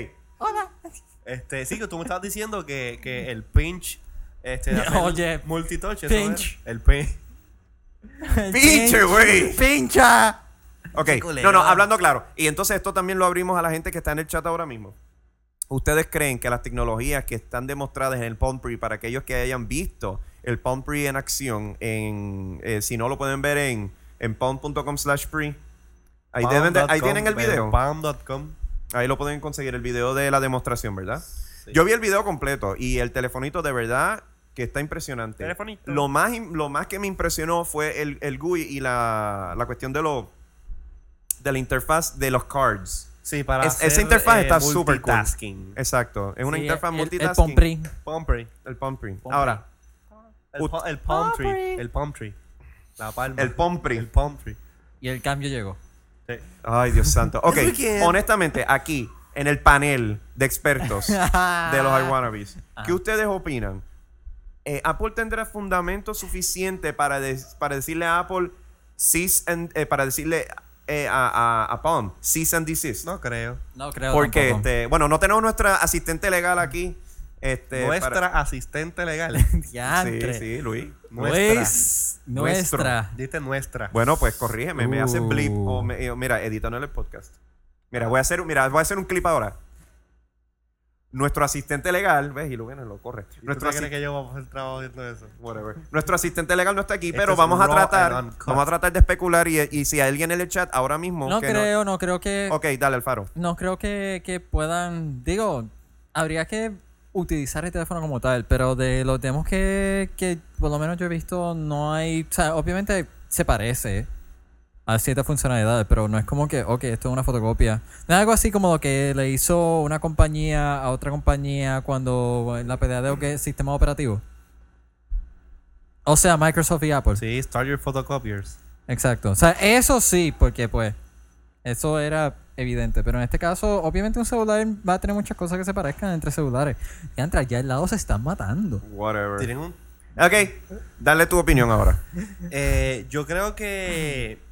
[SPEAKER 5] Este, sí, que tú me estabas diciendo que, que el pinch. Este, de hacer
[SPEAKER 1] Oye,
[SPEAKER 5] multitouch. eso
[SPEAKER 1] pinch.
[SPEAKER 5] era. El pinch.
[SPEAKER 2] pinche güey.
[SPEAKER 1] ¡Pincha!
[SPEAKER 2] Ok,
[SPEAKER 5] Qué culero.
[SPEAKER 2] no, no, hablando claro. Y entonces esto también lo abrimos a la gente que está en el chat ahora mismo. ¿Ustedes creen que las tecnologías que están demostradas en el Palm Pre, para aquellos que hayan visto el Palm Pre en acción, en, eh, si no lo pueden ver en, en palm.com slash pre, ahí, deben de- ahí
[SPEAKER 5] Palm.com,
[SPEAKER 2] tienen el video.
[SPEAKER 5] Palm.com.
[SPEAKER 2] Ahí lo pueden conseguir, el video de la demostración, ¿verdad? Yo vi el video completo y el telefonito de verdad que está impresionante.
[SPEAKER 5] Telefonito.
[SPEAKER 2] Lo más, im- lo más que me impresionó fue el, el GUI y la, la cuestión de lo, de la interfaz de los cards.
[SPEAKER 5] Sí, para eh,
[SPEAKER 2] Es- esa interfaz está súper cool.
[SPEAKER 5] multitasking.
[SPEAKER 2] Exacto. Es una
[SPEAKER 1] Sí,
[SPEAKER 2] interfaz
[SPEAKER 1] el- El
[SPEAKER 2] multitasking.
[SPEAKER 1] Pompri.
[SPEAKER 5] Palm Pre.
[SPEAKER 2] El Palm Pre.
[SPEAKER 1] Palm
[SPEAKER 2] Ahora,
[SPEAKER 5] El,
[SPEAKER 2] Ut-
[SPEAKER 5] pa- el palm tree. El palm tree. La palma.
[SPEAKER 2] el Palm Pre.
[SPEAKER 5] El palm tree.
[SPEAKER 1] Y el cambio llegó.
[SPEAKER 5] Sí.
[SPEAKER 2] Ay, Dios santo. Ok,
[SPEAKER 5] El weekend.
[SPEAKER 2] honestamente, aquí, en el panel de expertos de los iWannabes, ¿qué ustedes opinan? Eh, ¿Apple tendrá fundamento suficiente para, des- para decirle a Apple, cease and- eh, para decirle eh, a, a, a Palm, cease and desist?
[SPEAKER 5] No
[SPEAKER 2] Eh,
[SPEAKER 5] creo.
[SPEAKER 1] No creo
[SPEAKER 2] Porque,
[SPEAKER 1] tampoco.
[SPEAKER 2] este, bueno, no tenemos nuestra asistente legal aquí. Este,
[SPEAKER 5] Nuestra
[SPEAKER 2] para-
[SPEAKER 5] asistente legal.
[SPEAKER 1] Diantre.
[SPEAKER 2] Sí, sí, Luis.
[SPEAKER 5] nuestra.
[SPEAKER 1] Luis, Pues,
[SPEAKER 2] Nuestro.
[SPEAKER 1] nuestra.
[SPEAKER 5] Diste nuestra.
[SPEAKER 2] Ah. Bueno, pues corrígeme, me hacen blip
[SPEAKER 1] Uh.
[SPEAKER 2] o me- eh, mira, editando el podcast. Mira, voy a hacer, mira, voy a hacer un clip ahora. Nuestro asistente legal, ves, y lo bueno, lo corre.
[SPEAKER 5] ¿Y ¿Tú
[SPEAKER 2] Nuestro,
[SPEAKER 5] te crees
[SPEAKER 2] asi-
[SPEAKER 5] que yo voy a hacer trabajo haciendo eso?
[SPEAKER 2] whatever. Nuestro asistente legal no está aquí,
[SPEAKER 5] Esto
[SPEAKER 2] pero
[SPEAKER 5] Este es
[SPEAKER 2] vamos a
[SPEAKER 5] raw
[SPEAKER 2] tratar,
[SPEAKER 5] and uncut.
[SPEAKER 2] vamos a tratar de especular y, y si hay alguien en el chat ahora mismo
[SPEAKER 1] No
[SPEAKER 2] que
[SPEAKER 1] creo, no creo que.
[SPEAKER 2] Ok, dale Alfaro.
[SPEAKER 1] No creo que, que puedan. Digo, habría que utilizar el teléfono como tal, pero de los demos que, que por lo menos yo he visto, no hay. O sea, obviamente se parece. a ciertas funcionalidades, pero no es como que, ok, esto es una fotocopia. No es algo así como lo que le hizo una compañía a otra compañía cuando en la pelea de ok, sistema operativo. O sea, Microsoft y Apple.
[SPEAKER 5] Sí, start your photocopiers.
[SPEAKER 1] Exacto. O sea, eso sí, porque pues eso era evidente. Pero en este caso, obviamente un celular va a tener muchas cosas que se parezcan entre celulares. Y entre allá al lado se están matando.
[SPEAKER 2] Whatever.
[SPEAKER 5] Tienen un
[SPEAKER 2] Ok, dale tu opinión ahora.
[SPEAKER 5] Eh, yo creo que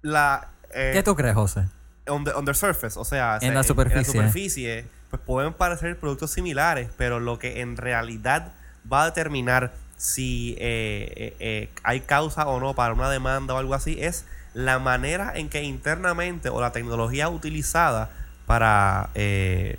[SPEAKER 5] la eh,
[SPEAKER 1] ¿Qué tú crees, José?
[SPEAKER 5] on, the, on the surface, o sea, o sea,
[SPEAKER 1] la superficie.
[SPEAKER 5] superficie, pues pueden parecer productos similares, pero lo que en realidad va a determinar si eh, eh, eh, hay causa o no para una demanda o algo así es la manera en que internamente o la tecnología utilizada para eh,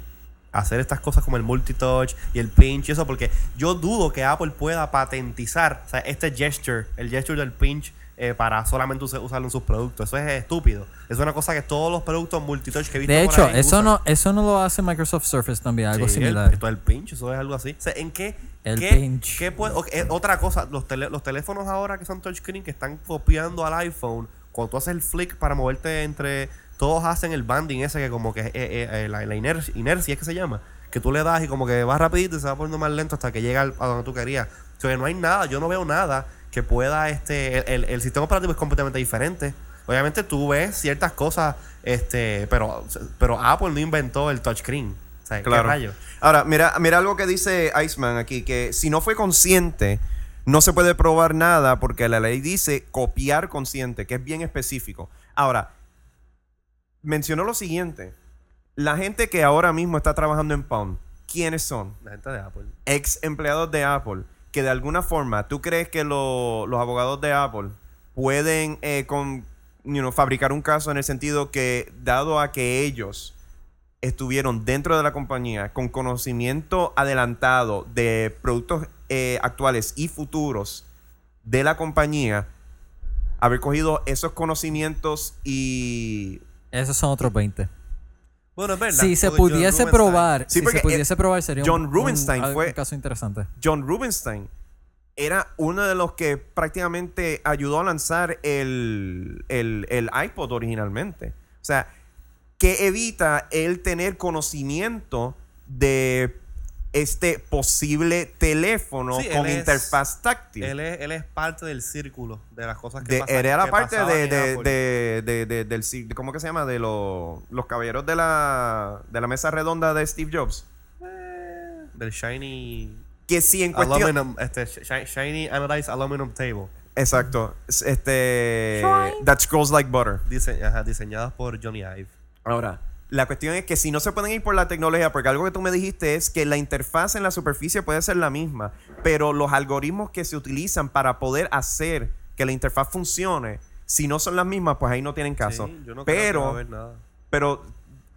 [SPEAKER 5] hacer estas cosas como el multitouch y el pinch y eso, porque yo dudo que Apple pueda patentizar o sea, este gesture, el gesture del pinch. eh, para solamente us- usarlo en sus productos. Eso es estúpido. Es una cosa que todos los productos multitouch que he visto
[SPEAKER 1] De
[SPEAKER 5] por
[SPEAKER 1] hecho,
[SPEAKER 5] ahí
[SPEAKER 1] eso
[SPEAKER 5] usan.
[SPEAKER 1] no, eso no lo hace Microsoft Surface también, algo
[SPEAKER 5] Sí, el-
[SPEAKER 1] similar.
[SPEAKER 5] esto es el pinch, eso es algo así. O sea, ¿en qué?
[SPEAKER 1] El
[SPEAKER 5] qué-
[SPEAKER 1] pinch.
[SPEAKER 5] qué puede- ok, eh, otra cosa, los, tele- los teléfonos ahora que son touchscreen que están copiando al iPhone, cuando tú haces el flick para moverte entre. Todos hacen el banding ese que como que eh, eh, eh, la, la iner- inercia es que se llama. Que tú le das y como que va rapidito y se va poniendo más lento hasta que llega al- a donde tú querías. O sea, no hay nada, yo no veo nada que pueda este... El, el- el sistema operativo es completamente diferente. Obviamente tú ves ciertas cosas, este, pero, pero Apple no inventó el touchscreen. O sea, ¿qué
[SPEAKER 2] Claro.
[SPEAKER 5] rayos?
[SPEAKER 2] Ahora, mira, mira algo que dice Iceman aquí, que si no fue consciente, no se puede probar nada porque la ley dice copiar consciente, que es bien específico. Ahora, mencionó lo siguiente. La gente que ahora mismo está trabajando en Pound, ¿quiénes son?
[SPEAKER 5] La gente de Apple.
[SPEAKER 2] Ex empleados de Apple, que de alguna forma, ¿tú crees que lo- los abogados de Apple pueden eh, con, you know, fabricar un caso en el sentido que, dado a que ellos estuvieron dentro de la compañía con conocimiento adelantado de productos eh, actuales y futuros de la compañía, haber cogido esos conocimientos y...
[SPEAKER 1] Esos son otros 20.
[SPEAKER 5] Bueno, es verdad.
[SPEAKER 1] Si se
[SPEAKER 5] porque John
[SPEAKER 1] pudiese
[SPEAKER 5] Rubenstein-
[SPEAKER 1] probar,
[SPEAKER 2] Sí,
[SPEAKER 1] si
[SPEAKER 2] porque,
[SPEAKER 1] se
[SPEAKER 2] eh,
[SPEAKER 1] pudiese probar sería un-
[SPEAKER 2] John
[SPEAKER 1] un-
[SPEAKER 2] Rubinstein
[SPEAKER 1] un,
[SPEAKER 2] fue-
[SPEAKER 1] caso interesante.
[SPEAKER 2] John Rubinstein era uno de los que prácticamente ayudó a lanzar el, el- el iPod originalmente. O sea, que evita el tener conocimiento de este posible teléfono
[SPEAKER 5] Sí, él
[SPEAKER 2] con
[SPEAKER 5] es-
[SPEAKER 2] interfaz táctil.
[SPEAKER 5] Él es, él es parte del círculo de las cosas que
[SPEAKER 2] De-
[SPEAKER 5] pasan-
[SPEAKER 2] era la
[SPEAKER 5] que
[SPEAKER 2] parte
[SPEAKER 5] pasaban
[SPEAKER 2] de,
[SPEAKER 5] en
[SPEAKER 2] de-
[SPEAKER 5] Apple.
[SPEAKER 2] de- de- de- del ci- de- ¿cómo que se llama? De los- los caballeros de la, de la mesa redonda de Steve Jobs.
[SPEAKER 5] Del Shiny.
[SPEAKER 2] Que si en cuestión...
[SPEAKER 5] Aluminum. Este, shi- shiny Analyzed Aluminum Table.
[SPEAKER 2] Exacto. Es- Este...
[SPEAKER 3] Shine.
[SPEAKER 2] That scrolls like butter.
[SPEAKER 5] Dise- ajá, diseñadas por Johnny Ive.
[SPEAKER 2] Ahora, la cuestión es que si no se pueden ir por la tecnología, porque algo que tú me dijiste es que la interfaz en la superficie puede ser la misma, pero los algoritmos que se utilizan para poder hacer que la interfaz funcione, si no son las mismas, pues ahí no tienen caso.
[SPEAKER 5] Sí, yo no creo que va a
[SPEAKER 2] pero,
[SPEAKER 5] haber nada.
[SPEAKER 2] pero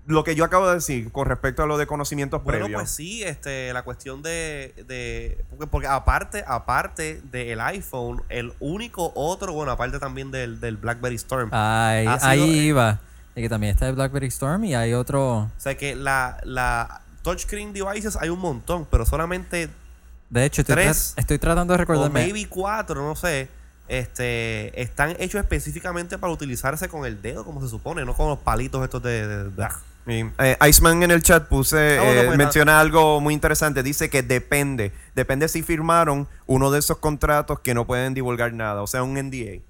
[SPEAKER 2] lo que yo acabo de decir con respecto a lo de conocimientos
[SPEAKER 5] Bueno,
[SPEAKER 2] previos.
[SPEAKER 5] pues sí, este, la cuestión de, de porque, porque aparte, aparte del iPhone, el único otro, bueno, aparte también del, del BlackBerry Storm.
[SPEAKER 2] Ah.
[SPEAKER 1] Ay,
[SPEAKER 5] Ha sido,
[SPEAKER 1] ahí
[SPEAKER 5] eh,
[SPEAKER 1] iba. Y que también está el BlackBerry Storm y hay otro.
[SPEAKER 5] O sea que la, la touchscreen devices hay un montón, pero solamente
[SPEAKER 1] De hecho, estoy, tra-
[SPEAKER 5] Tres.
[SPEAKER 1] estoy tratando de
[SPEAKER 5] o
[SPEAKER 1] recordarme.
[SPEAKER 5] maybe cuatro, no sé, este, están hechos específicamente para utilizarse con el dedo, como se supone, no con los palitos estos de. de- de-
[SPEAKER 2] Y, eh, Iceman en el chat puse,
[SPEAKER 5] Ah, bueno,
[SPEAKER 2] eh,
[SPEAKER 5] pues,
[SPEAKER 2] menciona algo muy interesante. Dice que depende. Depende si firmaron uno de esos contratos que no pueden divulgar nada, o sea, un NDA.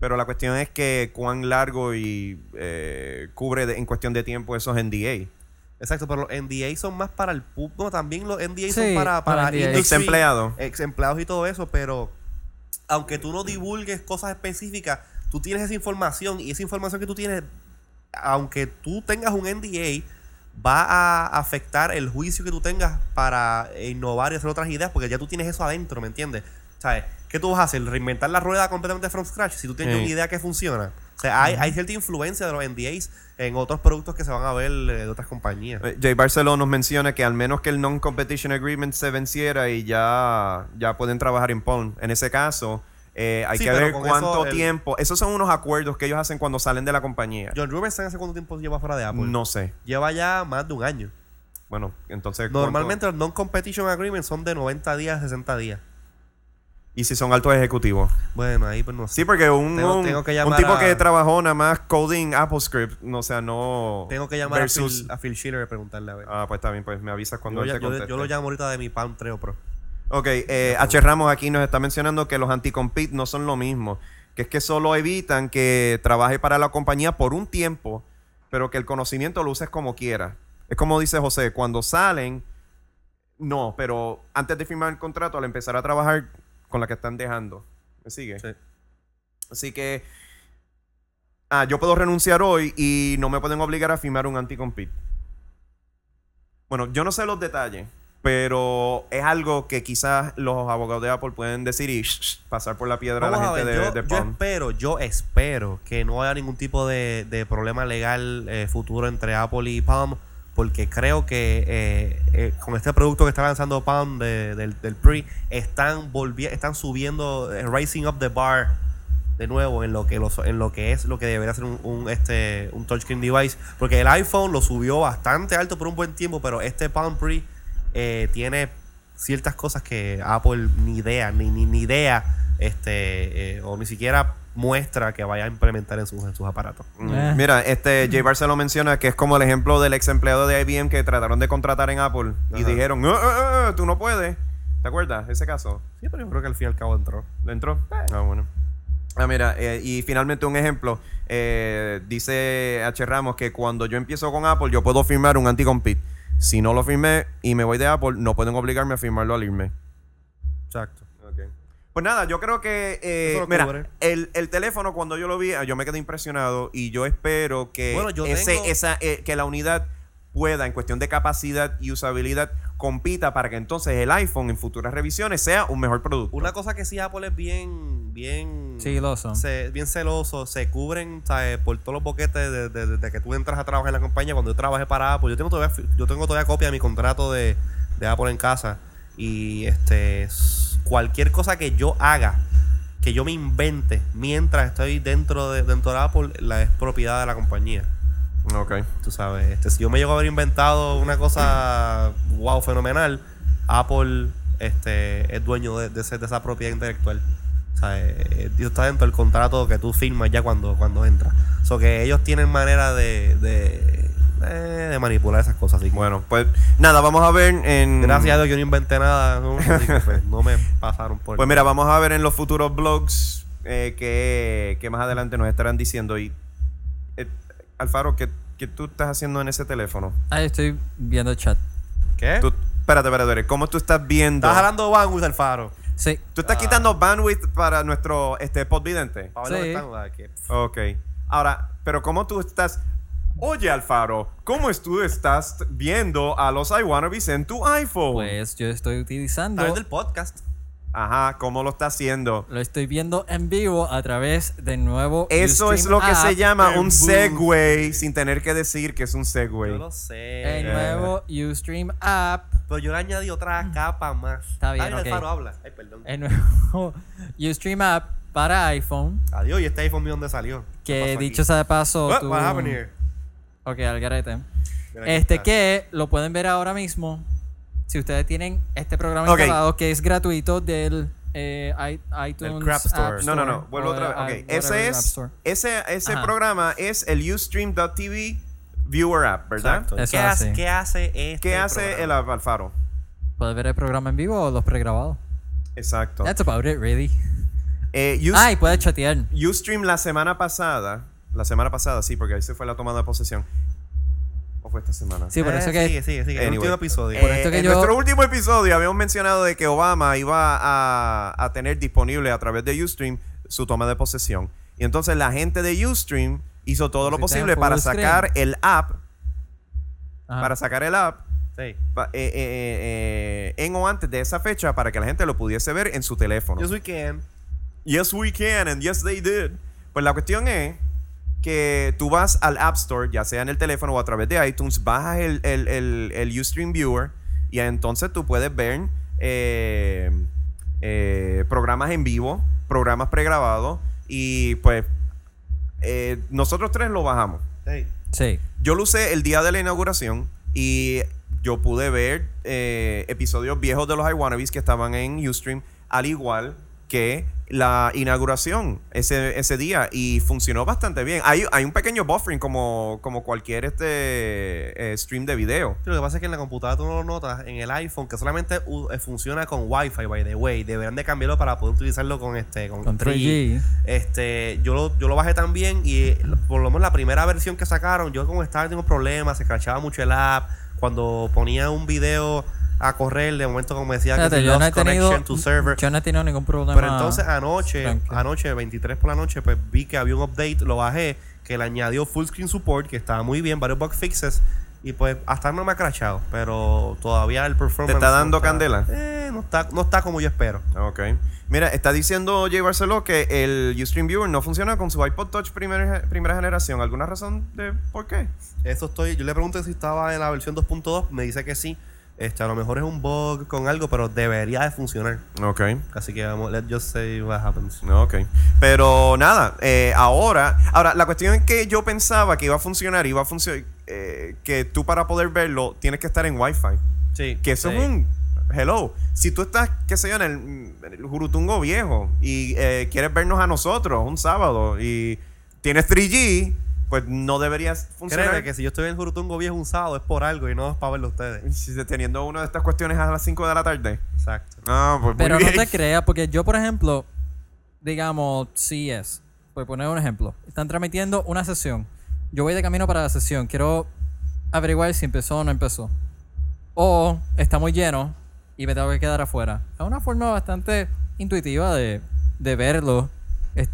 [SPEAKER 2] Pero la cuestión es que cuán largo y eh, cubre de- en cuestión de tiempo esos NDA.
[SPEAKER 5] Exacto, pero los NDA son más para el público. también los NDA
[SPEAKER 1] Sí,
[SPEAKER 5] son para,
[SPEAKER 1] para
[SPEAKER 5] para
[SPEAKER 1] NDA.
[SPEAKER 5] industry,
[SPEAKER 2] Exempleado.
[SPEAKER 5] exempleados y todo eso, pero aunque tú no divulgues cosas específicas, tú tienes esa información y esa información que tú tienes, aunque tú tengas un NDA, va a afectar el juicio que tú tengas para innovar y hacer otras ideas, porque ya tú tienes eso adentro, ¿me entiendes? ¿Sabes? ¿Qué tú vas a hacer? ¿Reinventar la rueda completamente from scratch? Si tú tienes
[SPEAKER 2] Sí.
[SPEAKER 5] una idea que funciona. O sea, hay, hay cierta influencia de los NDAs en otros productos que se van a ver eh, de otras compañías.
[SPEAKER 2] Eh, Jay Barceló nos menciona que al menos que el non-competition agreement se venciera y ya, ya pueden trabajar en Palm. En ese caso, eh, hay
[SPEAKER 5] Sí,
[SPEAKER 2] que
[SPEAKER 5] pero
[SPEAKER 2] ver
[SPEAKER 5] con
[SPEAKER 2] cuánto
[SPEAKER 5] eso el-
[SPEAKER 2] tiempo. Esos son unos acuerdos que ellos hacen cuando salen de la compañía.
[SPEAKER 5] John Rubenstein ¿hace cuánto tiempo lleva fuera de Apple?
[SPEAKER 2] no sé.
[SPEAKER 5] Lleva ya más de un año.
[SPEAKER 2] Bueno, entonces. ¿cuánto?
[SPEAKER 5] Normalmente los non-competition agreements son de 90 días, 60 días.
[SPEAKER 2] Y si son altos ejecutivos.
[SPEAKER 5] Bueno, ahí pues no sé.
[SPEAKER 2] Sí, porque un,
[SPEAKER 5] Tengo-
[SPEAKER 2] un-
[SPEAKER 5] tengo que
[SPEAKER 2] un
[SPEAKER 5] llamar
[SPEAKER 2] tipo
[SPEAKER 5] a-
[SPEAKER 2] que trabajó nada más coding AppleScript, no, o sea, no...
[SPEAKER 5] Tengo que llamar
[SPEAKER 2] versus-
[SPEAKER 5] a, Phil, a Phil Schiller y preguntarle a ver.
[SPEAKER 2] Ah, pues está bien, pues me avisas cuando
[SPEAKER 5] yo,
[SPEAKER 2] él
[SPEAKER 5] ya-
[SPEAKER 2] te
[SPEAKER 5] yo-
[SPEAKER 2] conteste.
[SPEAKER 5] yo lo llamo ahorita de mi Palm Treo Pro.
[SPEAKER 2] Ok, eh, H. Ramos aquí nos está mencionando que los anticompete no son lo mismo, que es que solo evitan que trabaje para la compañía por un tiempo, pero que el conocimiento lo uses como quieras. Es como dice José, cuando salen, no, pero antes de firmar el contrato, al empezar a trabajar con la que están dejando. ¿Me sigue?
[SPEAKER 5] Sí.
[SPEAKER 2] Así que ah, yo puedo renunciar hoy y no me pueden obligar a firmar un anticompete. Bueno, yo no sé los detalles, pero es algo que quizás los abogados de Apple pueden decir y shh, shh, pasar por la piedra a la
[SPEAKER 5] Vamos a
[SPEAKER 2] gente
[SPEAKER 5] ver,
[SPEAKER 2] de,
[SPEAKER 5] yo,
[SPEAKER 2] de
[SPEAKER 5] yo
[SPEAKER 2] Palm.
[SPEAKER 5] espero, yo espero que no haya ningún tipo de, de problema legal eh, futuro entre Apple y Palm, porque creo que eh, eh, con este producto que está lanzando Palm de- del, del Pre, están volvi- están subiendo, eh, rising up the bar de nuevo en lo que los, en lo que es lo que debería ser un, un, este un touchscreen device, porque el iPhone lo subió bastante alto por un buen tiempo, pero este Palm Pre eh, tiene ciertas cosas que Apple ni idea, ni, ni, ni idea, este, eh, o ni siquiera muestra que vaya a implementar en sus, en sus aparatos.
[SPEAKER 2] Mm.
[SPEAKER 1] Eh.
[SPEAKER 2] Mira, este Jay Barcelo menciona que es como el ejemplo del ex empleado de IBM que trataron de contratar en Apple y
[SPEAKER 5] Ajá.
[SPEAKER 2] dijeron, "Eh, eh, eh, tú no puedes. ¿Te acuerdas? Ese caso.
[SPEAKER 5] Sí, pero yo creo Eh. que al fin y al cabo entró.
[SPEAKER 2] ¿Lo entró? Ah, bueno. Ah, mira, eh, y finalmente un ejemplo. Eh, dice H. Ramos que cuando yo empiezo con Apple, yo puedo firmar un anti-compete. Si no lo firmé y me voy de Apple, no pueden obligarme a firmarlo al irme.
[SPEAKER 5] Exacto.
[SPEAKER 2] Pues nada, yo creo que. eh,
[SPEAKER 5] Eso lo
[SPEAKER 2] mira,
[SPEAKER 5] cubre.
[SPEAKER 2] el, el teléfono, cuando yo lo vi, ah, yo me quedé impresionado y yo espero que,
[SPEAKER 5] Bueno, yo
[SPEAKER 2] ese-
[SPEAKER 5] tengo-
[SPEAKER 2] esa, eh, que la unidad pueda, en cuestión de capacidad y usabilidad, compita para que entonces el iPhone en futuras revisiones sea un mejor producto.
[SPEAKER 5] Una cosa que sí Apple es bien, bien...
[SPEAKER 1] Celoso.
[SPEAKER 5] se- bien celoso, se cubren ¿sabes? por todos los boquetes de- de- desde que tú entras a trabajar en la compañía. Cuando yo trabajé para Apple, yo tengo todavía, fi- yo tengo todavía copia de mi contrato de, de Apple en casa. Y este s- cualquier cosa que yo haga, que yo me invente mientras estoy dentro de, dentro de Apple, la es propiedad de la compañía.
[SPEAKER 2] Ok.
[SPEAKER 5] Tú sabes, este, si yo me llego a haber inventado una cosa wow, fenomenal, Apple este, es dueño de, de ese- de esa propiedad intelectual. O sea, eh, eh, eso está dentro del contrato que tú firmas ya cuando, cuando entras. O so que ellos tienen manera de, de, eh, de manipular esas cosas. Así que,
[SPEAKER 2] Bueno, pues nada, vamos a ver en.
[SPEAKER 5] gracias a Dios yo no inventé nada. ¿no? Así que, pues, no me pasaron por.
[SPEAKER 2] Pues mira, vamos a ver en los futuros blogs eh, que, que más adelante nos estarán diciendo. Y eh, Alfaro, ¿qué, qué tú estás haciendo en ese teléfono?
[SPEAKER 1] Ah, yo estoy viendo el chat. ¿Eh?
[SPEAKER 5] ¿Qué?
[SPEAKER 2] Tú, espérate, espérate, espérate, ¿cómo tú estás viendo?
[SPEAKER 5] Estás jalando bandwidth del faro.
[SPEAKER 1] Sí.
[SPEAKER 2] Tú estás
[SPEAKER 1] Ah.
[SPEAKER 2] quitando bandwidth para nuestro este podvidente.
[SPEAKER 5] Pa' ver dónde
[SPEAKER 1] Sí.
[SPEAKER 5] están, ah, que-
[SPEAKER 1] Oh.
[SPEAKER 2] Ok. Ahora, pero ¿cómo tú estás? Oye, Alfaro, ¿cómo es tú estás viendo a los iWannabes en tu iPhone?
[SPEAKER 1] Pues yo estoy
[SPEAKER 5] Está
[SPEAKER 1] utilizando.
[SPEAKER 5] viendo el podcast.
[SPEAKER 2] Ajá, ¿cómo lo estás haciendo?
[SPEAKER 1] Lo estoy viendo en vivo a través del nuevo.
[SPEAKER 2] Eso es
[SPEAKER 1] Ustream
[SPEAKER 2] lo que
[SPEAKER 1] app.
[SPEAKER 2] se llama un
[SPEAKER 5] Boom.
[SPEAKER 2] segue, sin tener que decir que es un segue.
[SPEAKER 5] Yo lo sé.
[SPEAKER 1] El nuevo Ustream app.
[SPEAKER 5] Pero yo le añadí otra capa más.
[SPEAKER 1] Mm.
[SPEAKER 5] Ah,
[SPEAKER 1] Está bien,
[SPEAKER 5] Dale,
[SPEAKER 1] ok. Eh.
[SPEAKER 5] Alfaro, habla. Ay, perdón.
[SPEAKER 1] El nuevo Ustream app para iPhone.
[SPEAKER 5] Adiós, y este iPhone mío dónde salió. ¿Qué
[SPEAKER 1] Que
[SPEAKER 5] pasó
[SPEAKER 1] dicho
[SPEAKER 5] aquí?
[SPEAKER 1] sea de paso.
[SPEAKER 2] Oh,
[SPEAKER 5] What,
[SPEAKER 1] tú-
[SPEAKER 5] what happened here?
[SPEAKER 1] Ok, al garete.
[SPEAKER 5] Mira, aquí
[SPEAKER 1] Este
[SPEAKER 5] está.
[SPEAKER 1] que lo pueden ver ahora mismo. Si ustedes tienen este programa
[SPEAKER 2] Ok.
[SPEAKER 1] instalado que es gratuito del eh, i- iTunes
[SPEAKER 5] Crap
[SPEAKER 1] App
[SPEAKER 5] Store.
[SPEAKER 2] No, no, no.
[SPEAKER 1] Store
[SPEAKER 2] Vuelvo
[SPEAKER 1] o
[SPEAKER 2] otra
[SPEAKER 1] de-
[SPEAKER 2] vez.
[SPEAKER 1] ah,
[SPEAKER 2] Ok. Ese
[SPEAKER 1] whatever App
[SPEAKER 2] es.
[SPEAKER 1] Store.
[SPEAKER 2] Ese, ese
[SPEAKER 1] Ajá.
[SPEAKER 2] programa es el Ustream.tv Viewer App, ¿verdad?
[SPEAKER 5] Exacto.
[SPEAKER 1] Eso
[SPEAKER 5] ¿Qué, hace,
[SPEAKER 1] hace.
[SPEAKER 5] ¿Qué hace este
[SPEAKER 2] ¿Qué hace el
[SPEAKER 5] programa?
[SPEAKER 2] Al- Alfaro?
[SPEAKER 1] Puedes ver el programa en vivo o los pregrabados.
[SPEAKER 2] Exacto.
[SPEAKER 1] That's about it, really.
[SPEAKER 2] Eh, Ust-
[SPEAKER 1] Ay, Ah, puedes chatear.
[SPEAKER 2] Ustream la semana pasada. La semana pasada, sí, porque ahí se fue la toma de posesión. ¿O fue esta semana?
[SPEAKER 1] Sí, por
[SPEAKER 5] Eh,
[SPEAKER 1] eso que.
[SPEAKER 5] Sigue, sigue, sigue.
[SPEAKER 2] Anyway.
[SPEAKER 5] El último episodio.
[SPEAKER 1] Por
[SPEAKER 2] Eh,
[SPEAKER 1] esto que
[SPEAKER 2] en
[SPEAKER 1] yo-
[SPEAKER 2] nuestro último episodio habíamos mencionado de que Obama iba a, a tener disponible a través de Ustream su toma de posesión. Y entonces la gente de Ustream hizo todo lo
[SPEAKER 1] Sí,
[SPEAKER 2] posible
[SPEAKER 1] tengo
[SPEAKER 2] para
[SPEAKER 1] full Ah.
[SPEAKER 2] sacar el app,
[SPEAKER 1] Ajá.
[SPEAKER 2] para sacar el app
[SPEAKER 5] Sí.
[SPEAKER 2] pa- eh, eh, eh, eh, en o antes de esa fecha para que la gente lo pudiese ver en su teléfono.
[SPEAKER 5] Yes, we can.
[SPEAKER 2] Yes, we can, and yes, they did. Pues la cuestión es que tú vas al App Store, ya sea en el teléfono o a través de iTunes, bajas el, el, el- el Ustream Viewer y entonces tú puedes ver eh, eh, programas en vivo, programas pregrabados y pues eh, nosotros tres lo bajamos.
[SPEAKER 5] Sí.
[SPEAKER 1] Sí.
[SPEAKER 2] Yo lo usé el día de la inauguración y yo pude ver eh, episodios viejos de los iWannabes que estaban en Ustream, al igual que la inauguración ese, ese día y funcionó bastante bien. Hay, hay un pequeño buffering como, como cualquier este eh, stream de video.
[SPEAKER 5] Lo que pasa es que en la computadora tú no lo notas, en el iPhone, que solamente u- eh, funciona con Wi-Fi, by the way. Deberían de cambiarlo para poder utilizarlo con este con,
[SPEAKER 1] Con 3G.
[SPEAKER 5] Este, yo lo, yo lo bajé también y eh, por lo menos la primera versión que sacaron, yo como estaba tengo problemas, se crachaba mucho el app. Cuando ponía un video a correr, de momento como decía
[SPEAKER 1] Espérate,
[SPEAKER 5] que
[SPEAKER 1] yo no he tenido.
[SPEAKER 5] to server.
[SPEAKER 1] Yo no he tenido ningún problema.
[SPEAKER 5] Pero entonces ah, anoche,
[SPEAKER 1] tranquilo.
[SPEAKER 5] anoche, 23 por la noche, pues vi que había un update, lo bajé, que le añadió full screen support, que estaba muy bien, varios bug fixes. Y pues hasta no me ha crachado, pero todavía el performance.
[SPEAKER 2] ¿Te está
[SPEAKER 5] no
[SPEAKER 2] dando candela?
[SPEAKER 5] Eh, no está, no está como yo espero.
[SPEAKER 2] Ok. Mira, está diciendo Jay Barceló que el Ustream Viewer no funciona con su iPod Touch primera, primera generación. ¿Alguna razón de por qué?
[SPEAKER 5] Eso estoy. Yo le pregunté si estaba en la versión 2.2, me dice que sí. Este, a lo mejor es un bug con algo, pero debería de funcionar.
[SPEAKER 2] Ok.
[SPEAKER 5] Así que vamos, let's just say what happens.
[SPEAKER 2] Ok. Pero nada, eh, ahora, ahora la cuestión es que yo pensaba que iba a funcionar, iba a funcionar, que tú para poder verlo tienes que estar en Wi-Fi.
[SPEAKER 5] Sí.
[SPEAKER 2] Que eso
[SPEAKER 5] sí.
[SPEAKER 2] es un. Hello. Si tú estás, qué sé yo, en el, en el Jurutungo Viejo y eh, quieres vernos a nosotros un sábado y tienes 3G, pues no deberías funcionar.
[SPEAKER 5] Créeme que si yo estoy en el Jurutungo viejo un sábado es por algo y no es para verlo a ustedes.
[SPEAKER 2] Si- Teniendo una de estas cuestiones a las 5 de la tarde.
[SPEAKER 5] Exacto.
[SPEAKER 2] Ah, pues muy
[SPEAKER 1] Pero no
[SPEAKER 2] bien.
[SPEAKER 1] te creas, porque yo, por ejemplo, digamos, si es, por poner un ejemplo, están transmitiendo una sesión. Yo voy de camino para la sesión, quiero averiguar si empezó o no empezó. O está muy lleno y me tengo que quedar afuera. Es una forma bastante intuitiva de, de verlo es-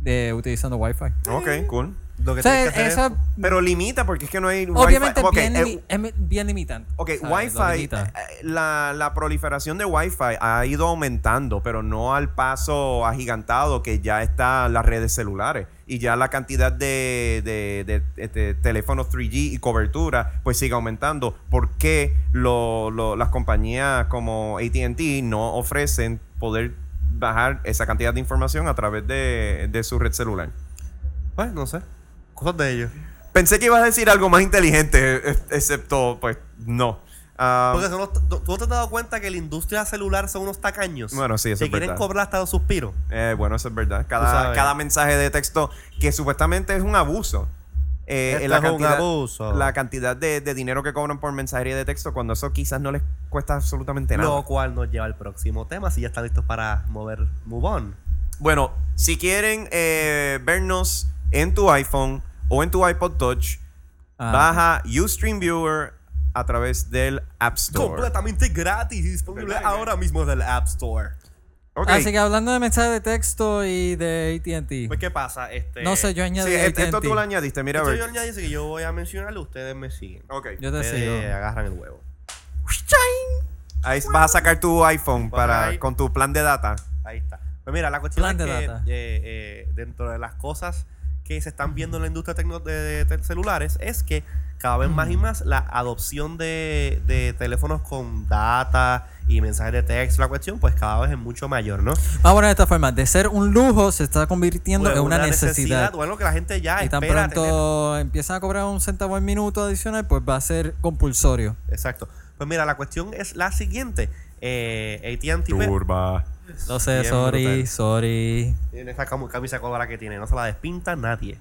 [SPEAKER 1] de, utilizando Wi-Fi.
[SPEAKER 2] Ok, cool.
[SPEAKER 5] Lo que
[SPEAKER 1] O sea,
[SPEAKER 5] tienes que hacer es-
[SPEAKER 1] esa-
[SPEAKER 2] Pero limita porque es que no hay Wi-Fi.
[SPEAKER 1] obviamente es
[SPEAKER 2] Ok,
[SPEAKER 1] bien,
[SPEAKER 2] eh,
[SPEAKER 1] li- es mi- bien limitante.
[SPEAKER 2] Ok,
[SPEAKER 1] ¿sabes? Lo
[SPEAKER 2] Wi-Fi,
[SPEAKER 1] limita.
[SPEAKER 2] eh, la, la proliferación de Wi-Fi ha ido aumentando, pero no al paso agigantado que ya están las redes celulares. Y ya la cantidad de, de- de- este, teléfonos 3G y cobertura pues sigue aumentando. ¿Por qué lo- lo- las compañías como ATT no ofrecen poder bajar esa cantidad de información a través de, de su red celular?
[SPEAKER 5] Pues no sé. Cosas de ellos.
[SPEAKER 2] Pensé que ibas a decir algo más inteligente, eh, excepto pues no. Ah,
[SPEAKER 5] Porque son los- tú tú no te has dado cuenta que la industria celular son unos tacaños.
[SPEAKER 2] Bueno, sí, eso
[SPEAKER 5] Que
[SPEAKER 2] es
[SPEAKER 5] quieren
[SPEAKER 2] verdad.
[SPEAKER 5] cobrar hasta los suspiros.
[SPEAKER 2] Eh, bueno, eso es verdad.
[SPEAKER 5] Tú
[SPEAKER 2] Cada,
[SPEAKER 5] sabes.
[SPEAKER 2] cada mensaje de texto que supuestamente es un abuso. Eh,
[SPEAKER 5] Esto
[SPEAKER 2] eh, la
[SPEAKER 5] Este es un
[SPEAKER 2] cantidad,
[SPEAKER 5] abuso.
[SPEAKER 2] La cantidad de, de dinero que cobran por mensajería de texto cuando eso quizás no les cuesta absolutamente nada.
[SPEAKER 5] Lo cual nos lleva al próximo tema, si ya están listos para mover Move On.
[SPEAKER 2] Bueno, si quieren eh, vernos en tu iPhone o en tu iPod Touch,
[SPEAKER 1] Ah,
[SPEAKER 2] baja Ustream Viewer a través del App Store.
[SPEAKER 5] Completamente gratis y disponible
[SPEAKER 2] ¿Verdad ¿eh? que-
[SPEAKER 5] ahora mismo del App Store.
[SPEAKER 2] Ok.
[SPEAKER 1] Así que hablando de mensajes de texto y de ATT.
[SPEAKER 5] Pues, ¿qué pasa? Este,
[SPEAKER 1] No sé, yo añadí
[SPEAKER 2] Sí, esto, esto
[SPEAKER 1] AT&T.
[SPEAKER 2] tú lo añadiste, mira a
[SPEAKER 5] Esto
[SPEAKER 2] ver.
[SPEAKER 5] yo añadí, así que yo voy a mencionarlo, ustedes me siguen.
[SPEAKER 2] Ok.
[SPEAKER 1] Yo te
[SPEAKER 5] Ustedes
[SPEAKER 1] sigo.
[SPEAKER 2] ah.
[SPEAKER 5] agarran el huevo.
[SPEAKER 2] Ahí vas a sacar tu iPhone
[SPEAKER 5] Para
[SPEAKER 2] para,
[SPEAKER 5] ahí.
[SPEAKER 2] con tu plan de data.
[SPEAKER 5] Ahí está. Pues mira, la cuestión
[SPEAKER 1] Plan
[SPEAKER 5] es
[SPEAKER 1] de
[SPEAKER 5] que
[SPEAKER 1] data.
[SPEAKER 5] eh, eh, dentro de las cosas que se están viendo en la industria tecno- de, de tel- celulares es que cada vez más y más la adopción de, de teléfonos con data y mensajes de texto, la cuestión, pues cada vez es mucho mayor, ¿no?
[SPEAKER 1] Vamos a poner de esta forma. De ser un lujo se está
[SPEAKER 5] Pues
[SPEAKER 1] convirtiendo en una, necesidad.
[SPEAKER 5] Bueno, que la gente
[SPEAKER 2] Ah,
[SPEAKER 5] ya
[SPEAKER 1] Y tan
[SPEAKER 5] espera tener-
[SPEAKER 1] pronto empiezan a cobrar un centavo al minuto adicional, pues va a ser compulsorio.
[SPEAKER 5] Exacto. Pues mira, la cuestión es la siguiente. Eh, AT&T pues,
[SPEAKER 2] Turba.
[SPEAKER 1] Lo sé,
[SPEAKER 5] Bien
[SPEAKER 1] sorry,
[SPEAKER 5] brutal.
[SPEAKER 1] sorry.
[SPEAKER 5] En esa cam- camisa colorada que tiene, no se la despinta nadie.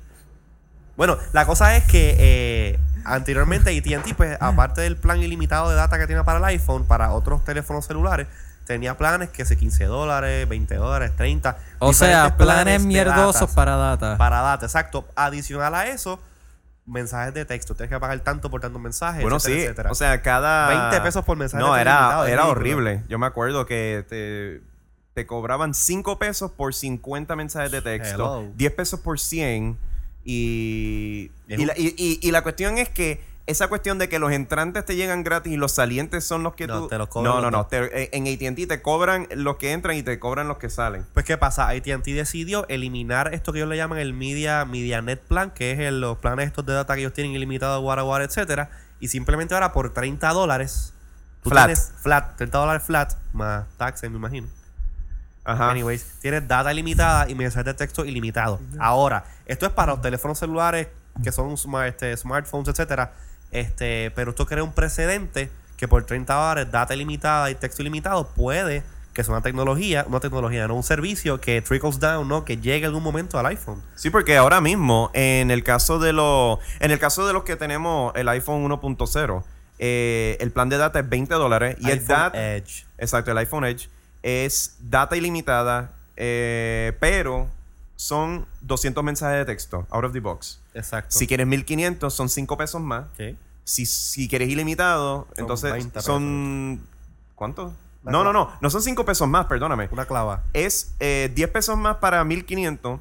[SPEAKER 5] Bueno, la cosa es que eh, anteriormente ATT, pues aparte del plan ilimitado de data que tiene para el iPhone, para otros teléfonos celulares, tenía planes que se 15 dólares, 20 dólares, 30.
[SPEAKER 1] O sea,
[SPEAKER 5] diferentes
[SPEAKER 1] planes
[SPEAKER 5] de
[SPEAKER 1] mierdosos
[SPEAKER 5] datas.
[SPEAKER 1] para data.
[SPEAKER 5] Para data, exacto. Adicional a eso, mensajes de texto. Tienes que pagar tanto por tantos mensajes,
[SPEAKER 2] Bueno,
[SPEAKER 5] etcétera,
[SPEAKER 2] sí.
[SPEAKER 5] etcétera.
[SPEAKER 2] O sea, cada.
[SPEAKER 5] 20 pesos por mensaje
[SPEAKER 2] No,
[SPEAKER 5] de
[SPEAKER 2] era,
[SPEAKER 5] ilimitado,
[SPEAKER 2] era
[SPEAKER 5] ridículo.
[SPEAKER 2] horrible. Yo me acuerdo que te, te cobraban 5 pesos por 50 mensajes de texto,
[SPEAKER 5] Hello.
[SPEAKER 2] 10 pesos por 100. Y,
[SPEAKER 5] Es
[SPEAKER 2] y,
[SPEAKER 5] un-
[SPEAKER 2] la, y- y- y la cuestión es que esa cuestión de que los entrantes te llegan gratis y los salientes son los que
[SPEAKER 5] No,
[SPEAKER 2] tú.
[SPEAKER 5] te los cobran
[SPEAKER 2] no, no,
[SPEAKER 5] los
[SPEAKER 2] no. te- en ATT te cobran los que entran y te cobran los que salen.
[SPEAKER 5] Pues, ¿qué pasa? AT&T decidió eliminar esto que ellos le llaman el Media, Media Net Plan, que es el- los planes estos de data que ellos tienen ilimitado, guaraguara, etcétera. Y simplemente ahora por 30 dólares... tú
[SPEAKER 2] Flat.
[SPEAKER 5] tienes flat, 30 dólares flat, más taxes, me imagino.
[SPEAKER 2] Ajá.
[SPEAKER 5] Anyways, tienes data ilimitada y mensajes de texto ilimitado. Ahora, esto es para los teléfonos celulares que son sma- este, smartphones, etcétera. Este, pero esto crea un precedente que por 30 dólares, data ilimitada y texto ilimitado puede que es una tecnología, una tecnología, no un servicio que trickles down, ¿no? Que llega en algún momento al iPhone.
[SPEAKER 2] Sí, porque ahora mismo, en el caso de los, en el caso de los que tenemos el iPhone 1.0, eh, el plan de data es 20 dólares y el
[SPEAKER 5] iPhone
[SPEAKER 2] data,
[SPEAKER 5] Edge.
[SPEAKER 2] exacto, el iPhone Edge es data ilimitada, eh, pero son 200 mensajes de texto out of the box.
[SPEAKER 5] Exacto.
[SPEAKER 2] Si quieres 1500 son 5 pesos más.
[SPEAKER 5] Ok.
[SPEAKER 2] Si, si quieres ilimitado,
[SPEAKER 5] Son
[SPEAKER 2] entonces
[SPEAKER 5] 20
[SPEAKER 2] son ¿cuánto?
[SPEAKER 5] La
[SPEAKER 2] No, no,
[SPEAKER 5] cosa.
[SPEAKER 2] no, no son 5 pesos más, perdóname
[SPEAKER 5] Una clava.
[SPEAKER 2] es eh, 10 pesos más para 1500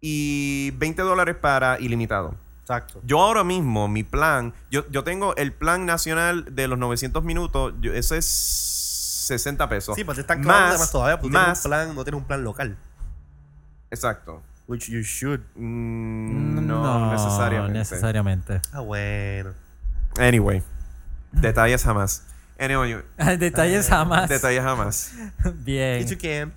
[SPEAKER 2] y 20 dólares para ilimitado.
[SPEAKER 5] Exacto.
[SPEAKER 2] Yo ahora mismo, mi plan, yo, yo tengo el plan nacional de los 900 minutos, yo- ese es 60 pesos.
[SPEAKER 5] Sí, pero te están clavando
[SPEAKER 2] más,
[SPEAKER 5] además todavía porque tú tienes
[SPEAKER 2] más,
[SPEAKER 5] un plan, no tienes un plan local.
[SPEAKER 2] Exacto.
[SPEAKER 5] Which you should.
[SPEAKER 2] Mm, no, necesariamente.
[SPEAKER 1] necesariamente.
[SPEAKER 5] Ah, bueno.
[SPEAKER 2] Anyway, detalles jamás. Anyway, Eh,
[SPEAKER 1] Detalles jamás.
[SPEAKER 2] detalles jamás.
[SPEAKER 5] Yes, you
[SPEAKER 1] Bien.
[SPEAKER 5] can.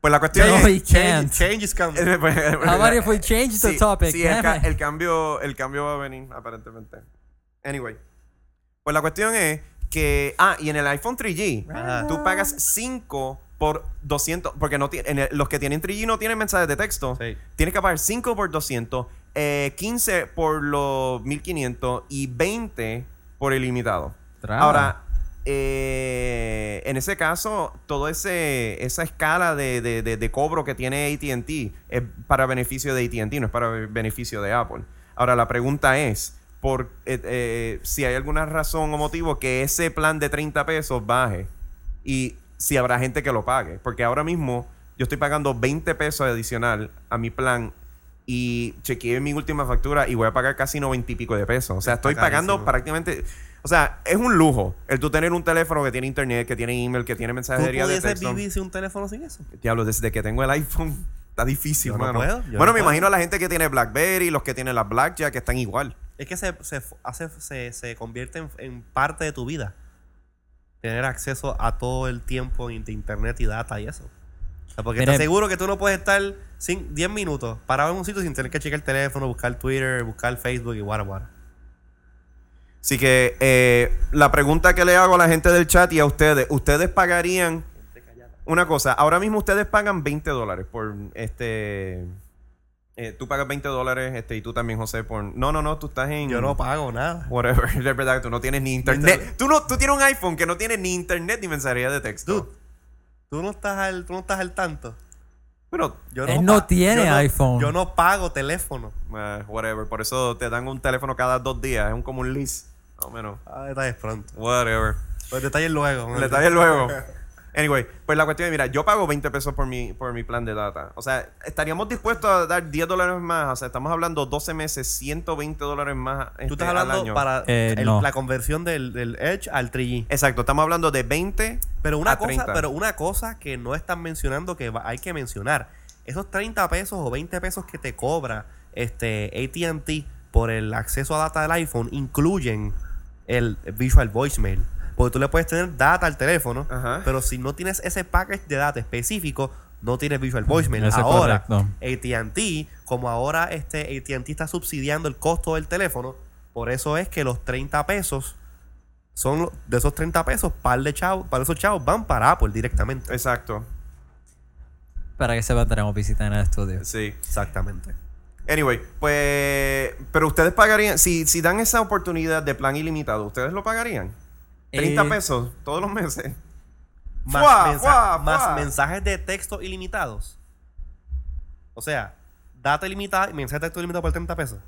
[SPEAKER 2] Pues la cuestión
[SPEAKER 1] No,
[SPEAKER 2] es... pues,
[SPEAKER 1] y- Can't.
[SPEAKER 5] Change, change is coming.
[SPEAKER 1] How about if we change the
[SPEAKER 2] sí,
[SPEAKER 1] topic?
[SPEAKER 2] sí, el,
[SPEAKER 1] Damn
[SPEAKER 2] ca-
[SPEAKER 1] it.
[SPEAKER 2] el cambio, el cambio va a venir, aparentemente. Anyway. Pues la cuestión es que. Ah, y en el iPhone 3G,
[SPEAKER 5] Ajá.
[SPEAKER 2] tú pagas 5 por 200. Porque no tiene, en el- los que tienen 3G no tienen mensajes de texto.
[SPEAKER 5] Sí.
[SPEAKER 2] Tienes que pagar 5 por 200, eh, 15 por los 1500 y 20 por el limitado.
[SPEAKER 1] Traba.
[SPEAKER 2] Ahora, eh, en ese caso, toda esa escala de, de- de- de cobro que tiene ATT es para beneficio de ATT, no es para be- beneficio de Apple. Ahora, la pregunta es, por, eh, eh, si hay alguna razón o motivo que ese plan de 30 pesos baje y si habrá gente que lo pague. Porque ahora mismo yo estoy pagando 20 pesos adicional a mi plan y chequeé mi última factura y voy a pagar casi 90 y pico de pesos. O sea,
[SPEAKER 5] Está
[SPEAKER 2] estoy pagando
[SPEAKER 5] carísimo.
[SPEAKER 2] prácticamente... O sea, es un lujo el tú tener un teléfono que tiene internet, que tiene email, que tiene
[SPEAKER 5] ¿Tú
[SPEAKER 2] mensajería de
[SPEAKER 5] pudieses
[SPEAKER 2] texto.
[SPEAKER 5] vivir sin un teléfono sin eso?
[SPEAKER 2] Diablo, desde que tengo el iPhone está difícil,
[SPEAKER 5] Yo no
[SPEAKER 2] mano.
[SPEAKER 5] puedo, yo
[SPEAKER 2] bueno,
[SPEAKER 5] no
[SPEAKER 2] me
[SPEAKER 5] puedo.
[SPEAKER 2] imagino a la gente que tiene BlackBerry, los que tienen las Blackjack, que están igual.
[SPEAKER 5] Es que se, se f- hace, se, se convierte en, en parte de tu vida. Tener acceso a todo el tiempo in- de internet y data y eso. O sea, porque
[SPEAKER 1] Mire.
[SPEAKER 5] te seguro que tú no puedes estar sin 10 minutos parado en un sitio sin tener que checar el teléfono, buscar Twitter, buscar Facebook y guara guara.
[SPEAKER 2] Así que eh, la pregunta que le hago a la gente del chat y a ustedes, ¿ustedes pagarían una cosa? Ahora mismo ustedes pagan 20 dólares por este... eh, tú pagas 20 dólares este, y tú también, José, por... No, no, no, tú estás
[SPEAKER 1] Mm.
[SPEAKER 2] en...
[SPEAKER 5] Yo no pago nada.
[SPEAKER 2] Whatever, es verdad que tú no tienes ni internet.
[SPEAKER 5] Internet.
[SPEAKER 2] Tú, no, tú tienes un iPhone que no tiene ni internet ni mensajería de texto.
[SPEAKER 5] Dude, tú no estás al, tú no estás al tanto.
[SPEAKER 2] Bueno,
[SPEAKER 5] Yo
[SPEAKER 1] Él no
[SPEAKER 5] pa-
[SPEAKER 1] tiene
[SPEAKER 5] yo
[SPEAKER 1] iPhone.
[SPEAKER 5] Yo no pago teléfono.
[SPEAKER 2] eh, whatever. Por eso te dan un teléfono cada dos días. Es un, como un lease. Más o menos.
[SPEAKER 5] Ah, detalles pronto.
[SPEAKER 2] Whatever.
[SPEAKER 5] Los detalles luego.
[SPEAKER 2] El detalle luego. Anyway, pues la cuestión es, mira, yo pago 20 pesos por mi, por mi plan de data. O sea, estaríamos dispuestos a dar 10 dólares más. O sea, estamos hablando 12 meses, 120 dólares más
[SPEAKER 5] Tú
[SPEAKER 2] este,
[SPEAKER 5] estás
[SPEAKER 2] al
[SPEAKER 5] hablando
[SPEAKER 2] año.
[SPEAKER 5] para
[SPEAKER 1] Eh,
[SPEAKER 5] el-
[SPEAKER 1] no.
[SPEAKER 5] la conversión del, del Edge al 3G.
[SPEAKER 2] Exacto, estamos hablando de 20
[SPEAKER 5] Pero una
[SPEAKER 2] a
[SPEAKER 5] cosa,
[SPEAKER 2] 30.
[SPEAKER 5] pero una cosa que no están mencionando que va- hay que mencionar. Esos 30 pesos o 20 pesos que te cobra este AT&T por el acceso a data del iPhone incluyen el visual voicemail, porque tú le puedes tener data al teléfono,
[SPEAKER 2] Ajá.
[SPEAKER 5] pero si no tienes ese package de data específico, no tienes visual voicemail.
[SPEAKER 1] Eso es
[SPEAKER 5] ahora
[SPEAKER 1] correcto.
[SPEAKER 5] AT&T, como ahora este AT&T está subsidiando el costo del teléfono, por eso es que los 30 pesos son lo- de esos 30 pesos, par de chavos, para esos chavos van para Apple directamente.
[SPEAKER 2] Exacto,
[SPEAKER 1] Para que sepan, tenemos visita en el estudio.
[SPEAKER 2] sí.
[SPEAKER 5] Exactamente.
[SPEAKER 2] Anyway, pues. Pero ustedes pagarían. Si, si dan esa oportunidad de plan ilimitado, ¿ustedes lo pagarían? 30
[SPEAKER 1] Eh,
[SPEAKER 2] pesos todos los meses.
[SPEAKER 5] Más,
[SPEAKER 2] ¡Fua,
[SPEAKER 5] mensa-
[SPEAKER 2] fua,
[SPEAKER 5] más
[SPEAKER 2] fua!
[SPEAKER 5] mensajes de texto ilimitados. O sea, data ilimitada y mensaje de texto ilimitado por 30 pesos.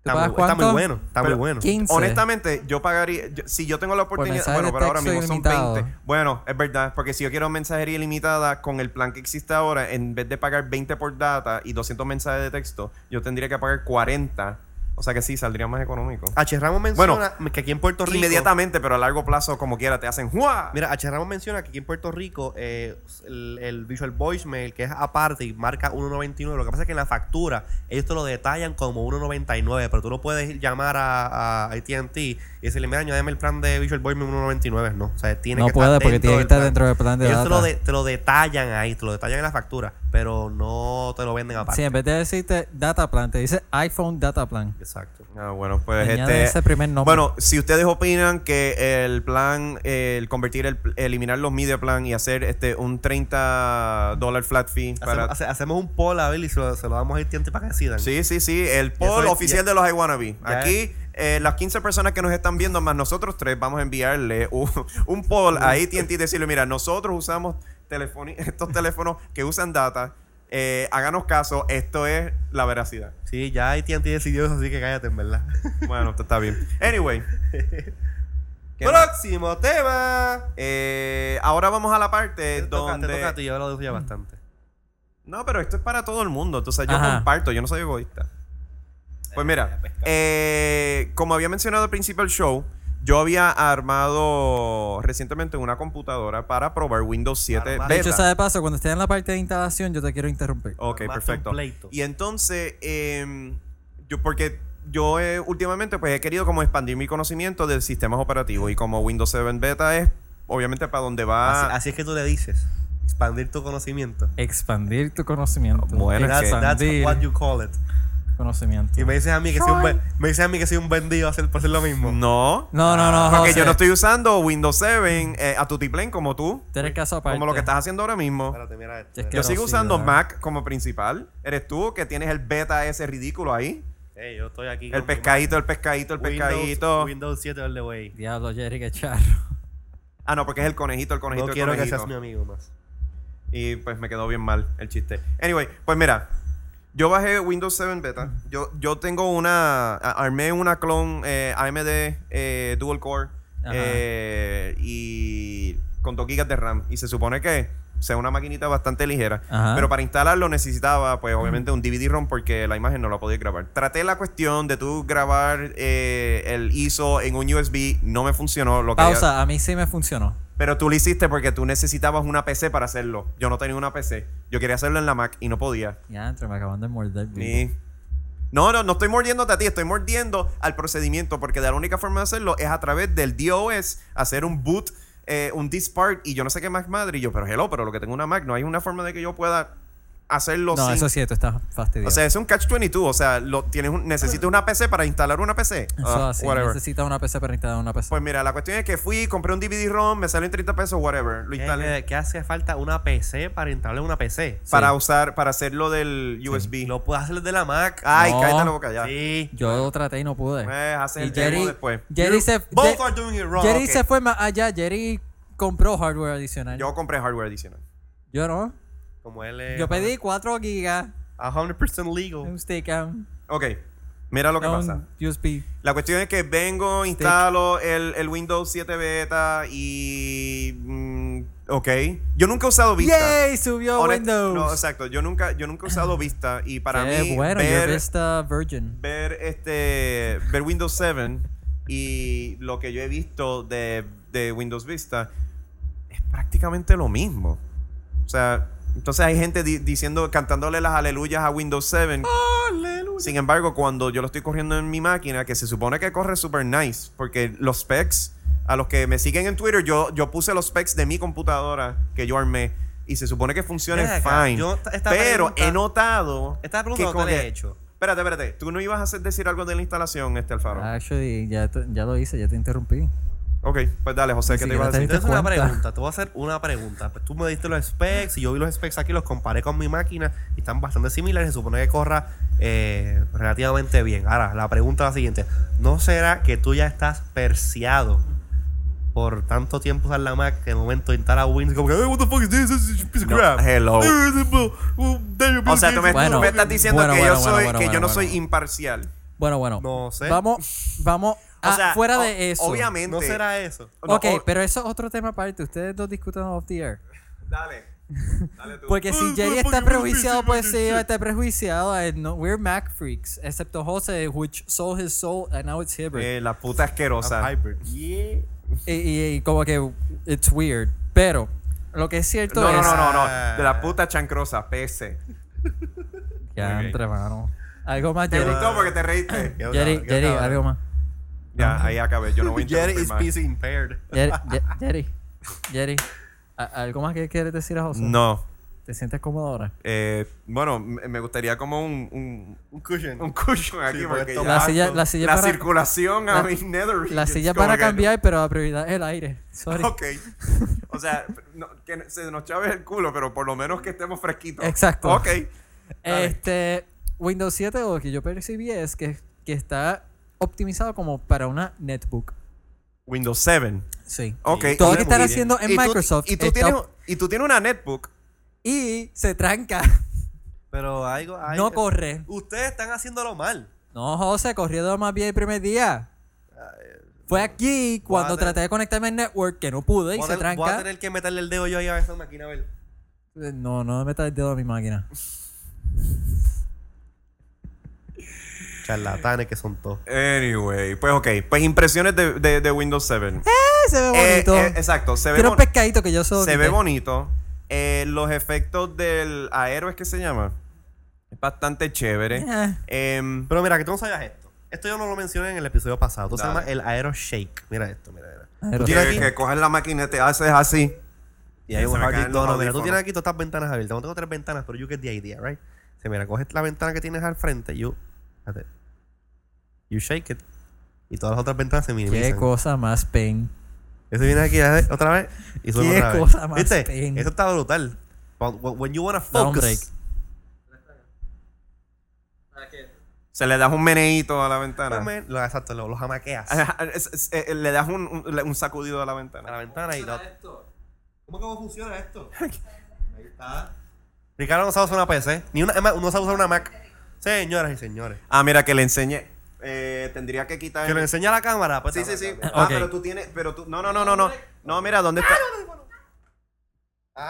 [SPEAKER 1] ¿Tú
[SPEAKER 5] Está
[SPEAKER 1] pagas
[SPEAKER 5] muy, está muy
[SPEAKER 1] cuánto?
[SPEAKER 5] bueno, está
[SPEAKER 2] Pero,
[SPEAKER 5] muy bueno.
[SPEAKER 1] 15.
[SPEAKER 2] Honestamente, yo pagaría. yo- si yo tengo la oportunidad.
[SPEAKER 1] mensaje
[SPEAKER 2] Bueno,
[SPEAKER 1] de
[SPEAKER 2] pero ahora
[SPEAKER 1] texto
[SPEAKER 2] mismo son
[SPEAKER 1] ilimitado.
[SPEAKER 2] 20. Bueno, es verdad. Porque si yo quiero mensajería ilimitada con el plan que existe ahora, en vez de pagar 20 por data y 200 mensajes de texto, yo tendría que pagar 40. O sea que sí, saldría más económico.
[SPEAKER 1] Ah,
[SPEAKER 5] H. Ramos menciona
[SPEAKER 2] Bueno,
[SPEAKER 5] que aquí en Puerto Rico...
[SPEAKER 2] Inmediatamente, pero a largo plazo, como quiera, te hacen ¡Jua!
[SPEAKER 5] Mira, H. Ramos menciona que aquí en Puerto Rico eh, el, el Visual Voicemail, que es aparte y marca 1.99, lo que pasa es que en la factura ellos te lo detallan como 1.99, pero tú no puedes ir llamar a, a ATT y decirle, mira, añádeme el plan de Visual Voicemail 1.99. No, o sea, tiene
[SPEAKER 1] No
[SPEAKER 5] que
[SPEAKER 1] puede,
[SPEAKER 5] estar
[SPEAKER 1] porque
[SPEAKER 5] dentro
[SPEAKER 1] tiene que
[SPEAKER 5] del
[SPEAKER 1] estar dentro del plan de
[SPEAKER 5] ellos Te lo,
[SPEAKER 1] data.
[SPEAKER 5] de- te lo detallan ahí, te lo detallan en la factura, pero no te lo venden aparte.
[SPEAKER 1] Sí, en vez de decirte data plan, te dice iPhone data plan.
[SPEAKER 5] Exacto.
[SPEAKER 2] Ah, bueno, pues
[SPEAKER 1] Añade
[SPEAKER 2] este.
[SPEAKER 1] ese primer nombre.
[SPEAKER 2] Bueno, si ustedes opinan que el plan, eh, el convertir, el, eliminar los media plan y hacer este un 30 dólar flat fee para.
[SPEAKER 5] Hacemos, hace- hacemos un poll a Bill y se lo, se lo damos a AT&T para que decidan.
[SPEAKER 2] Sí, sí, sí, el
[SPEAKER 5] eso
[SPEAKER 2] poll
[SPEAKER 5] es-
[SPEAKER 2] oficial
[SPEAKER 5] ya-
[SPEAKER 2] de los iWannabe.
[SPEAKER 5] ya
[SPEAKER 2] Aquí, eh, las 15 personas que nos están viendo, más nosotros tres, vamos a enviarle un, un poll a ATT y decirle: Mira, nosotros usamos telefoni- estos teléfonos que usan data. eh, háganos caso, esto es la veracidad.
[SPEAKER 5] Sí, ya AT&T decidió eso, así que cállate, en verdad.
[SPEAKER 2] Bueno, esto está bien. Anyway. ¿Qué más?
[SPEAKER 5] Próximo tema.
[SPEAKER 2] Eh, ahora vamos a la parte
[SPEAKER 5] Te toca,
[SPEAKER 2] donde.
[SPEAKER 5] te toca a ti, yo hablo de eso ya bastante.
[SPEAKER 2] No, pero esto es para todo el mundo. Entonces yo
[SPEAKER 1] Ajá.
[SPEAKER 2] comparto, yo no soy egoísta. Pues mira, eh, como había mencionado al principio del show, yo había armado recientemente una computadora para probar Windows 7
[SPEAKER 5] Armado.
[SPEAKER 1] De hecho,
[SPEAKER 2] beta. Oh.
[SPEAKER 1] sea de paso, cuando esté en la parte de instalación, yo te quiero interrumpir.
[SPEAKER 2] Ok,
[SPEAKER 5] Armaste
[SPEAKER 2] perfecto.
[SPEAKER 5] un pleito.
[SPEAKER 2] Y entonces, eh, yo porque yo eh, últimamente pues he querido como expandir mi conocimiento de sistemas operativos y como Windows 7 beta es obviamente para donde va...
[SPEAKER 5] Así, así es que tú le dices. Expandir tu conocimiento.
[SPEAKER 1] Expandir tu conocimiento.
[SPEAKER 2] Bueno, es
[SPEAKER 5] That's,
[SPEAKER 2] que-
[SPEAKER 5] that's
[SPEAKER 1] Expandir
[SPEAKER 5] what you call it.
[SPEAKER 1] conocimiento.
[SPEAKER 5] Y me dices a mí que soy un, ben- me dices a mí que soy un vendido hacer, por hacer lo mismo.
[SPEAKER 2] No.
[SPEAKER 1] No, no, no.
[SPEAKER 2] Porque
[SPEAKER 1] José,
[SPEAKER 2] yo no estoy usando Windows 7 eh, a tu como tú.
[SPEAKER 1] Tú eres caso aparte.
[SPEAKER 2] Como lo que estás haciendo ahora mismo.
[SPEAKER 5] Espérate, mira esto.
[SPEAKER 1] Es
[SPEAKER 5] mira.
[SPEAKER 1] que-
[SPEAKER 2] Yo sigo
[SPEAKER 1] sí,
[SPEAKER 2] usando
[SPEAKER 1] ¿verdad?
[SPEAKER 2] Mac como principal. Eres tú que tienes el beta ese ridículo ahí.
[SPEAKER 5] Ey, yo estoy aquí.
[SPEAKER 2] El pescadito, el pescadito, el pescadito.
[SPEAKER 5] Windows, Windows 7 all the way.
[SPEAKER 1] Diablo, Jerry, que charro.
[SPEAKER 2] Ah, no, porque es el conejito, el conejito,
[SPEAKER 5] No
[SPEAKER 2] el
[SPEAKER 5] quiero que
[SPEAKER 2] conejito.
[SPEAKER 5] seas mi amigo más.
[SPEAKER 2] Y pues me quedó bien mal el chiste. Anyway, pues mira, yo bajé Windows 7 Beta. Yo, yo tengo una. a- Armé una clon eh, AMD eh, Dual Core
[SPEAKER 1] Ajá.
[SPEAKER 2] eh, y con 2 GB de RAM. Y se supone que sea una maquinita bastante ligera.
[SPEAKER 1] Ajá.
[SPEAKER 2] Pero para instalarlo necesitaba, pues obviamente, un DVD-ROM porque la imagen no la podía grabar. Traté la cuestión de tú grabar eh, el ISO en un USB. No me funcionó. Lo que
[SPEAKER 1] Pausa, a mí sí me funcionó.
[SPEAKER 2] pero tú lo hiciste porque tú necesitabas una PC para hacerlo. Yo no tenía una PC. Yo quería hacerlo en la Mac y no podía.
[SPEAKER 1] Ya, entre me acaban de morder. vivo.
[SPEAKER 2] Ni- No, no, no estoy mordiéndote a ti, estoy mordiendo al procedimiento porque la única forma de hacerlo es a través del DOS, hacer un boot, eh, un dispart y yo no sé qué más madre. Y yo, pero hello, pero lo que tengo una Mac, no hay una forma de que yo pueda hacerlo
[SPEAKER 1] No,
[SPEAKER 2] sin...
[SPEAKER 1] eso sí, tú estás fastidiado.
[SPEAKER 2] O sea, es un catch-22, o sea, lo, tienes un, necesitas una PC para instalar una PC.
[SPEAKER 1] eso
[SPEAKER 2] Ah,
[SPEAKER 1] así.
[SPEAKER 2] whatever.
[SPEAKER 1] Necesitas una PC para instalar una PC.
[SPEAKER 2] Pues mira, la cuestión es que fui, compré un DVD-ROM, me salió en 30 pesos, whatever. Lo
[SPEAKER 1] Eh,
[SPEAKER 5] ¿Qué,
[SPEAKER 2] instalé.
[SPEAKER 5] qué- qué hace falta? Una PC para instalar una PC.
[SPEAKER 2] para
[SPEAKER 1] Sí.
[SPEAKER 2] usar, para hacerlo del USB.
[SPEAKER 5] Lo puedes hacer desde la Mac.
[SPEAKER 2] Ay,
[SPEAKER 1] No.
[SPEAKER 2] cállate la boca ya.
[SPEAKER 5] Sí.
[SPEAKER 1] yo lo traté y no pude.
[SPEAKER 2] Eh, haces
[SPEAKER 1] y
[SPEAKER 2] el demo
[SPEAKER 1] Jerry,
[SPEAKER 2] después.
[SPEAKER 1] Jerry,
[SPEAKER 5] You
[SPEAKER 1] se,
[SPEAKER 5] both
[SPEAKER 1] Je-
[SPEAKER 5] are doing it wrong.
[SPEAKER 1] Jerry
[SPEAKER 5] Ok.
[SPEAKER 1] se fue más allá. Jerry compró hardware adicional. Yo,
[SPEAKER 2] Yo Eh, compré hardware adicional.
[SPEAKER 1] no.
[SPEAKER 5] Como él es.
[SPEAKER 1] Yo pedí 4 gigas,
[SPEAKER 5] A 100% legal.
[SPEAKER 1] un Steadicam,
[SPEAKER 2] Ok, mira lo que pasa.
[SPEAKER 1] un USB.
[SPEAKER 2] La cuestión es que vengo, instalo el, el Windows 7 beta y... mm, ok. Yo nunca he usado Vista.
[SPEAKER 1] ¡Yay! Subió
[SPEAKER 2] Honest-
[SPEAKER 1] Windows. Ah,
[SPEAKER 2] No, exacto. Yo nunca, yo nunca he usado Vista y para
[SPEAKER 1] Qué
[SPEAKER 2] mí
[SPEAKER 1] bueno, yo
[SPEAKER 2] ver,
[SPEAKER 1] Vista Virgin.
[SPEAKER 2] ver este ver Windows 7 y lo que yo he visto de, de Windows Vista es prácticamente lo mismo. O sea, entonces hay gente di- diciendo, cantándole las aleluyas a Windows 7. Sin embargo, cuando yo lo estoy corriendo en mi máquina, que se supone que corre super nice, porque los specs, a los que me siguen en Twitter, yo, yo puse los specs de mi computadora que yo armé y se supone que funcionen
[SPEAKER 5] Ven acá,
[SPEAKER 2] fine.
[SPEAKER 5] yo esta- esta
[SPEAKER 2] pero
[SPEAKER 5] pregunta-
[SPEAKER 2] he notado
[SPEAKER 5] Esta
[SPEAKER 2] que
[SPEAKER 5] pregunta no
[SPEAKER 2] como
[SPEAKER 5] te la he
[SPEAKER 2] que-
[SPEAKER 5] hecho.
[SPEAKER 2] Espérate, espérate. Tú no ibas a hacer- decir algo de la instalación, este Alfaro.
[SPEAKER 1] Ah. Actually, ya, te- ya lo hice, ya te interrumpí.
[SPEAKER 2] Ok, pues dale, José,
[SPEAKER 1] Ni
[SPEAKER 2] ¿qué te
[SPEAKER 1] siquiera
[SPEAKER 2] ibas a
[SPEAKER 1] te
[SPEAKER 2] decir?
[SPEAKER 5] Te voy a hacer una
[SPEAKER 1] cuenta.
[SPEAKER 5] pregunta, te voy a hacer una pregunta. Pues tú me diste los specs y yo vi los specs aquí, los comparé con mi máquina y están bastante similares. Se supone que corra eh, relativamente bien. Ahora, la pregunta es la siguiente: ¿No será que tú ya estás perseado por tanto tiempo usar la Mac que en el momento instala Windows? Como que, hey, what the fuck is this? This is a piece of
[SPEAKER 2] No,
[SPEAKER 5] crap.
[SPEAKER 2] hello.
[SPEAKER 5] O
[SPEAKER 2] O sea, tú me,
[SPEAKER 1] Bueno,
[SPEAKER 2] me estás diciendo
[SPEAKER 1] bueno,
[SPEAKER 2] que,
[SPEAKER 1] bueno,
[SPEAKER 2] yo
[SPEAKER 1] bueno,
[SPEAKER 2] soy,
[SPEAKER 1] bueno,
[SPEAKER 2] que yo
[SPEAKER 1] bueno,
[SPEAKER 2] no
[SPEAKER 1] bueno.
[SPEAKER 2] soy imparcial.
[SPEAKER 1] Bueno, bueno.
[SPEAKER 5] No sé.
[SPEAKER 1] Vamos, vamos.
[SPEAKER 2] O
[SPEAKER 1] a-
[SPEAKER 2] sea,
[SPEAKER 1] Ah, fuera
[SPEAKER 2] o-
[SPEAKER 1] de eso.
[SPEAKER 2] Obviamente.
[SPEAKER 5] ¿No será eso?
[SPEAKER 2] no,
[SPEAKER 1] ok,
[SPEAKER 2] o-
[SPEAKER 1] pero eso es otro tema aparte. Ustedes dos discutan off the air.
[SPEAKER 2] Dale. Dale tú.
[SPEAKER 1] Porque si
[SPEAKER 5] Ay,
[SPEAKER 1] Jerry
[SPEAKER 5] pues,
[SPEAKER 1] está
[SPEAKER 5] porque me
[SPEAKER 1] prejuiciado,
[SPEAKER 5] dicen,
[SPEAKER 1] pues
[SPEAKER 5] me
[SPEAKER 1] sí,
[SPEAKER 5] dicen.
[SPEAKER 1] está prejuiciado. Eh, no, we're Mac freaks, excepto Jose, which sold his soul and now it's hybrid.
[SPEAKER 2] Eh, la puta asquerosa.
[SPEAKER 5] Hybrid.
[SPEAKER 1] Y, y- y como que it's weird. Pero lo que es cierto
[SPEAKER 2] No, no,
[SPEAKER 1] es.
[SPEAKER 2] no, no, no. De la puta chancrosa, PC.
[SPEAKER 1] Ya,
[SPEAKER 2] Ok.
[SPEAKER 1] entre mano. Algo más,
[SPEAKER 2] Te
[SPEAKER 1] Jerry.
[SPEAKER 2] gustó porque te reíste.
[SPEAKER 5] Qué
[SPEAKER 1] Jerry,
[SPEAKER 5] cabrón, qué
[SPEAKER 1] Jerry,
[SPEAKER 5] cabrón.
[SPEAKER 1] algo más.
[SPEAKER 2] Ya, ahí acabé. Yo no voy a
[SPEAKER 5] Jerry
[SPEAKER 2] interrumpir
[SPEAKER 5] is
[SPEAKER 2] más.
[SPEAKER 5] PC impaired.
[SPEAKER 1] Jerry, Je- Jerry, Jerry, a- ¿algo más que quieres decir a Jose?
[SPEAKER 2] No.
[SPEAKER 1] ¿Te sientes cómodo ahora?
[SPEAKER 2] Eh, bueno, m- me gustaría como un, un,
[SPEAKER 5] Un cushion.
[SPEAKER 2] un cushion aquí
[SPEAKER 5] Sí, porque
[SPEAKER 2] porque
[SPEAKER 5] esto
[SPEAKER 2] ya
[SPEAKER 1] La
[SPEAKER 5] Exacto.
[SPEAKER 1] silla, la silla
[SPEAKER 2] la
[SPEAKER 1] para,
[SPEAKER 2] circulación a
[SPEAKER 1] la-
[SPEAKER 2] mis nether regions,
[SPEAKER 1] la silla
[SPEAKER 2] como
[SPEAKER 1] para
[SPEAKER 2] que-
[SPEAKER 1] cambiar, pero la prioridad es el aire. Sorry.
[SPEAKER 2] Ok. O sea, no- que se nos chave el culo, pero por lo menos que estemos fresquitos.
[SPEAKER 1] Exacto.
[SPEAKER 2] Ok. dale.
[SPEAKER 1] Este, Windows 7 o lo que yo percibí es que, que está optimizado como para una netbook.
[SPEAKER 2] Windows 7.
[SPEAKER 1] Sí.
[SPEAKER 2] Ok.
[SPEAKER 1] Todo lo
[SPEAKER 2] Y-
[SPEAKER 1] que están
[SPEAKER 5] bien.
[SPEAKER 1] haciendo en
[SPEAKER 2] y tú-
[SPEAKER 1] Microsoft
[SPEAKER 2] Y tú,
[SPEAKER 1] está-
[SPEAKER 2] tienes, y tú tienes una netbook.
[SPEAKER 1] y se tranca.
[SPEAKER 5] Pero algo. hay-
[SPEAKER 2] eh.
[SPEAKER 1] No corre.
[SPEAKER 5] Ustedes están haciéndolo mal.
[SPEAKER 1] No, José, corrió de lo más bien el primer día. Fue aquí cuando
[SPEAKER 5] Voy a tener-
[SPEAKER 1] traté de conectarme al network que no pude y
[SPEAKER 5] voy, a
[SPEAKER 1] se
[SPEAKER 5] tener- voy a
[SPEAKER 1] tranca.
[SPEAKER 5] tener que meterle el dedo yo ahí a esa máquina, a ver.
[SPEAKER 1] Eh, No, no me metas el dedo a mi máquina.
[SPEAKER 2] Eh,
[SPEAKER 5] Charlatanes que son todos.
[SPEAKER 2] Anyway, pues ok. Pues impresiones de, de- de Windows 7.
[SPEAKER 1] Eh, se ve bonito.
[SPEAKER 2] Eh, eh, exacto. Se ve,
[SPEAKER 1] Tiene un
[SPEAKER 2] bon-
[SPEAKER 1] pescadito que yo soy.
[SPEAKER 2] se ve bonito. Eh, los efectos del aero es que se llama. Es bastante chévere.
[SPEAKER 1] Eh.
[SPEAKER 2] Em,
[SPEAKER 5] Pero mira, que tú no sabías esto. Esto yo no lo mencioné en el episodio pasado. Tú se
[SPEAKER 2] Dale.
[SPEAKER 5] llama el Aero Shake. Mira esto, mira, mira.
[SPEAKER 1] Aero
[SPEAKER 5] Tú tienes
[SPEAKER 2] que,
[SPEAKER 5] aquí-
[SPEAKER 2] que coges la máquina y te haces así.
[SPEAKER 5] Y ahí
[SPEAKER 2] Se me
[SPEAKER 5] vamos aquí
[SPEAKER 2] caen los
[SPEAKER 5] todo. Mira, tú
[SPEAKER 2] audífonos.
[SPEAKER 5] tienes aquí todas estas ventanas abiertas. No tengo tres ventanas, pero you get the idea, right? Se mira, coges la ventana que tienes al frente, you, espérate. you shake it. Y todas las otras ventanas se
[SPEAKER 1] Qué
[SPEAKER 5] minimizan.
[SPEAKER 1] cosa más pain.
[SPEAKER 5] Eso viene aquí a ver, otra vez y sube
[SPEAKER 1] Qué
[SPEAKER 5] otra vez.
[SPEAKER 1] cosa más
[SPEAKER 5] ¿Viste?
[SPEAKER 1] pen.
[SPEAKER 5] Eso está brutal. Cuando- When, you wanna
[SPEAKER 1] Da un
[SPEAKER 5] focus.
[SPEAKER 1] break.
[SPEAKER 2] Se le das un meneíto a la ventana.
[SPEAKER 5] Dame- Lo, exacto, lo, lo jamaqueas a
[SPEAKER 2] Ajá, es- es- eh, le das un, un- le- un sacudido a la ventana.
[SPEAKER 5] la ventana y lo... ¿Cómo que funciona esto? Ahí está. Ricardo no sabe usar una PC. Ni una, es más, no sabe usar una Mac. Señoras y señores.
[SPEAKER 2] Ah, mira, que le enseñé. Eh, tendría que quitar.
[SPEAKER 5] Que lo enseñe a la cámara. Pues,
[SPEAKER 2] Sí,
[SPEAKER 5] está
[SPEAKER 2] sí, sí.
[SPEAKER 5] brutal.
[SPEAKER 2] Ah,
[SPEAKER 1] Ok.
[SPEAKER 2] pero tú tienes. Pero tú. No, no, no, no, no. No, mira, ¿dónde
[SPEAKER 5] Ah,
[SPEAKER 2] está?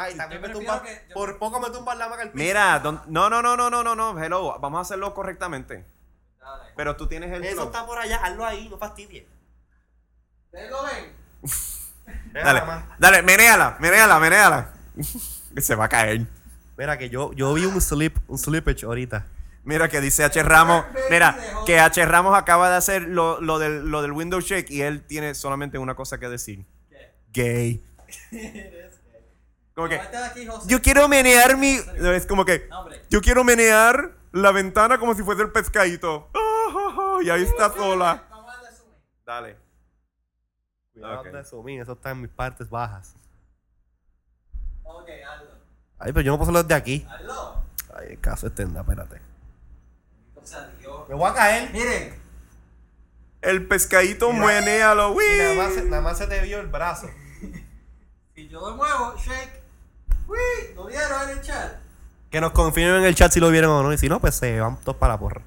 [SPEAKER 5] Ay, también me
[SPEAKER 1] prefiero
[SPEAKER 5] tumba,
[SPEAKER 1] que- yo-
[SPEAKER 5] Por poco me tumban la Mac al piso.
[SPEAKER 2] Mira, ¿dónde- no, no, no, no, no, no, no. Hello, vamos a hacerlo correctamente. Pero tú tienes el.
[SPEAKER 5] Eso
[SPEAKER 2] plug.
[SPEAKER 5] está por allá. Hazlo ahí, no fastidies.
[SPEAKER 2] Dale, dale, menéala, menéala, menéala. Que se va a caer.
[SPEAKER 5] Mira que yo, yo vi un slip, un slippage ahorita.
[SPEAKER 2] Mira que dice H. Ramos. Mira, que H. Ramos acaba de hacer lo, lo del, lo del window shake y él tiene solamente una cosa que decir. Gay. Como que, yo quiero menear mi... Es como que, yo quiero menear la ventana como si fuese el pescadito. Ah, ah, ah, y ahí está sola. Dale.
[SPEAKER 5] Cuidado
[SPEAKER 2] Ok.
[SPEAKER 5] de asumir, eso está en mis partes bajas. Ay, pero yo no puedo hacerlo desde aquí. Ay, el caso extenda, espérate. Me voy a caer.
[SPEAKER 1] Miren.
[SPEAKER 2] El pescadito menea lo...
[SPEAKER 5] Y nada más, se- nada más se te vio el brazo.
[SPEAKER 1] Si yo lo muevo, shake. Uy, ¿lo vieron en el chat?
[SPEAKER 5] Que nos confirmen en el chat si lo vieron o no. Y si no, pues se van todos para la porra.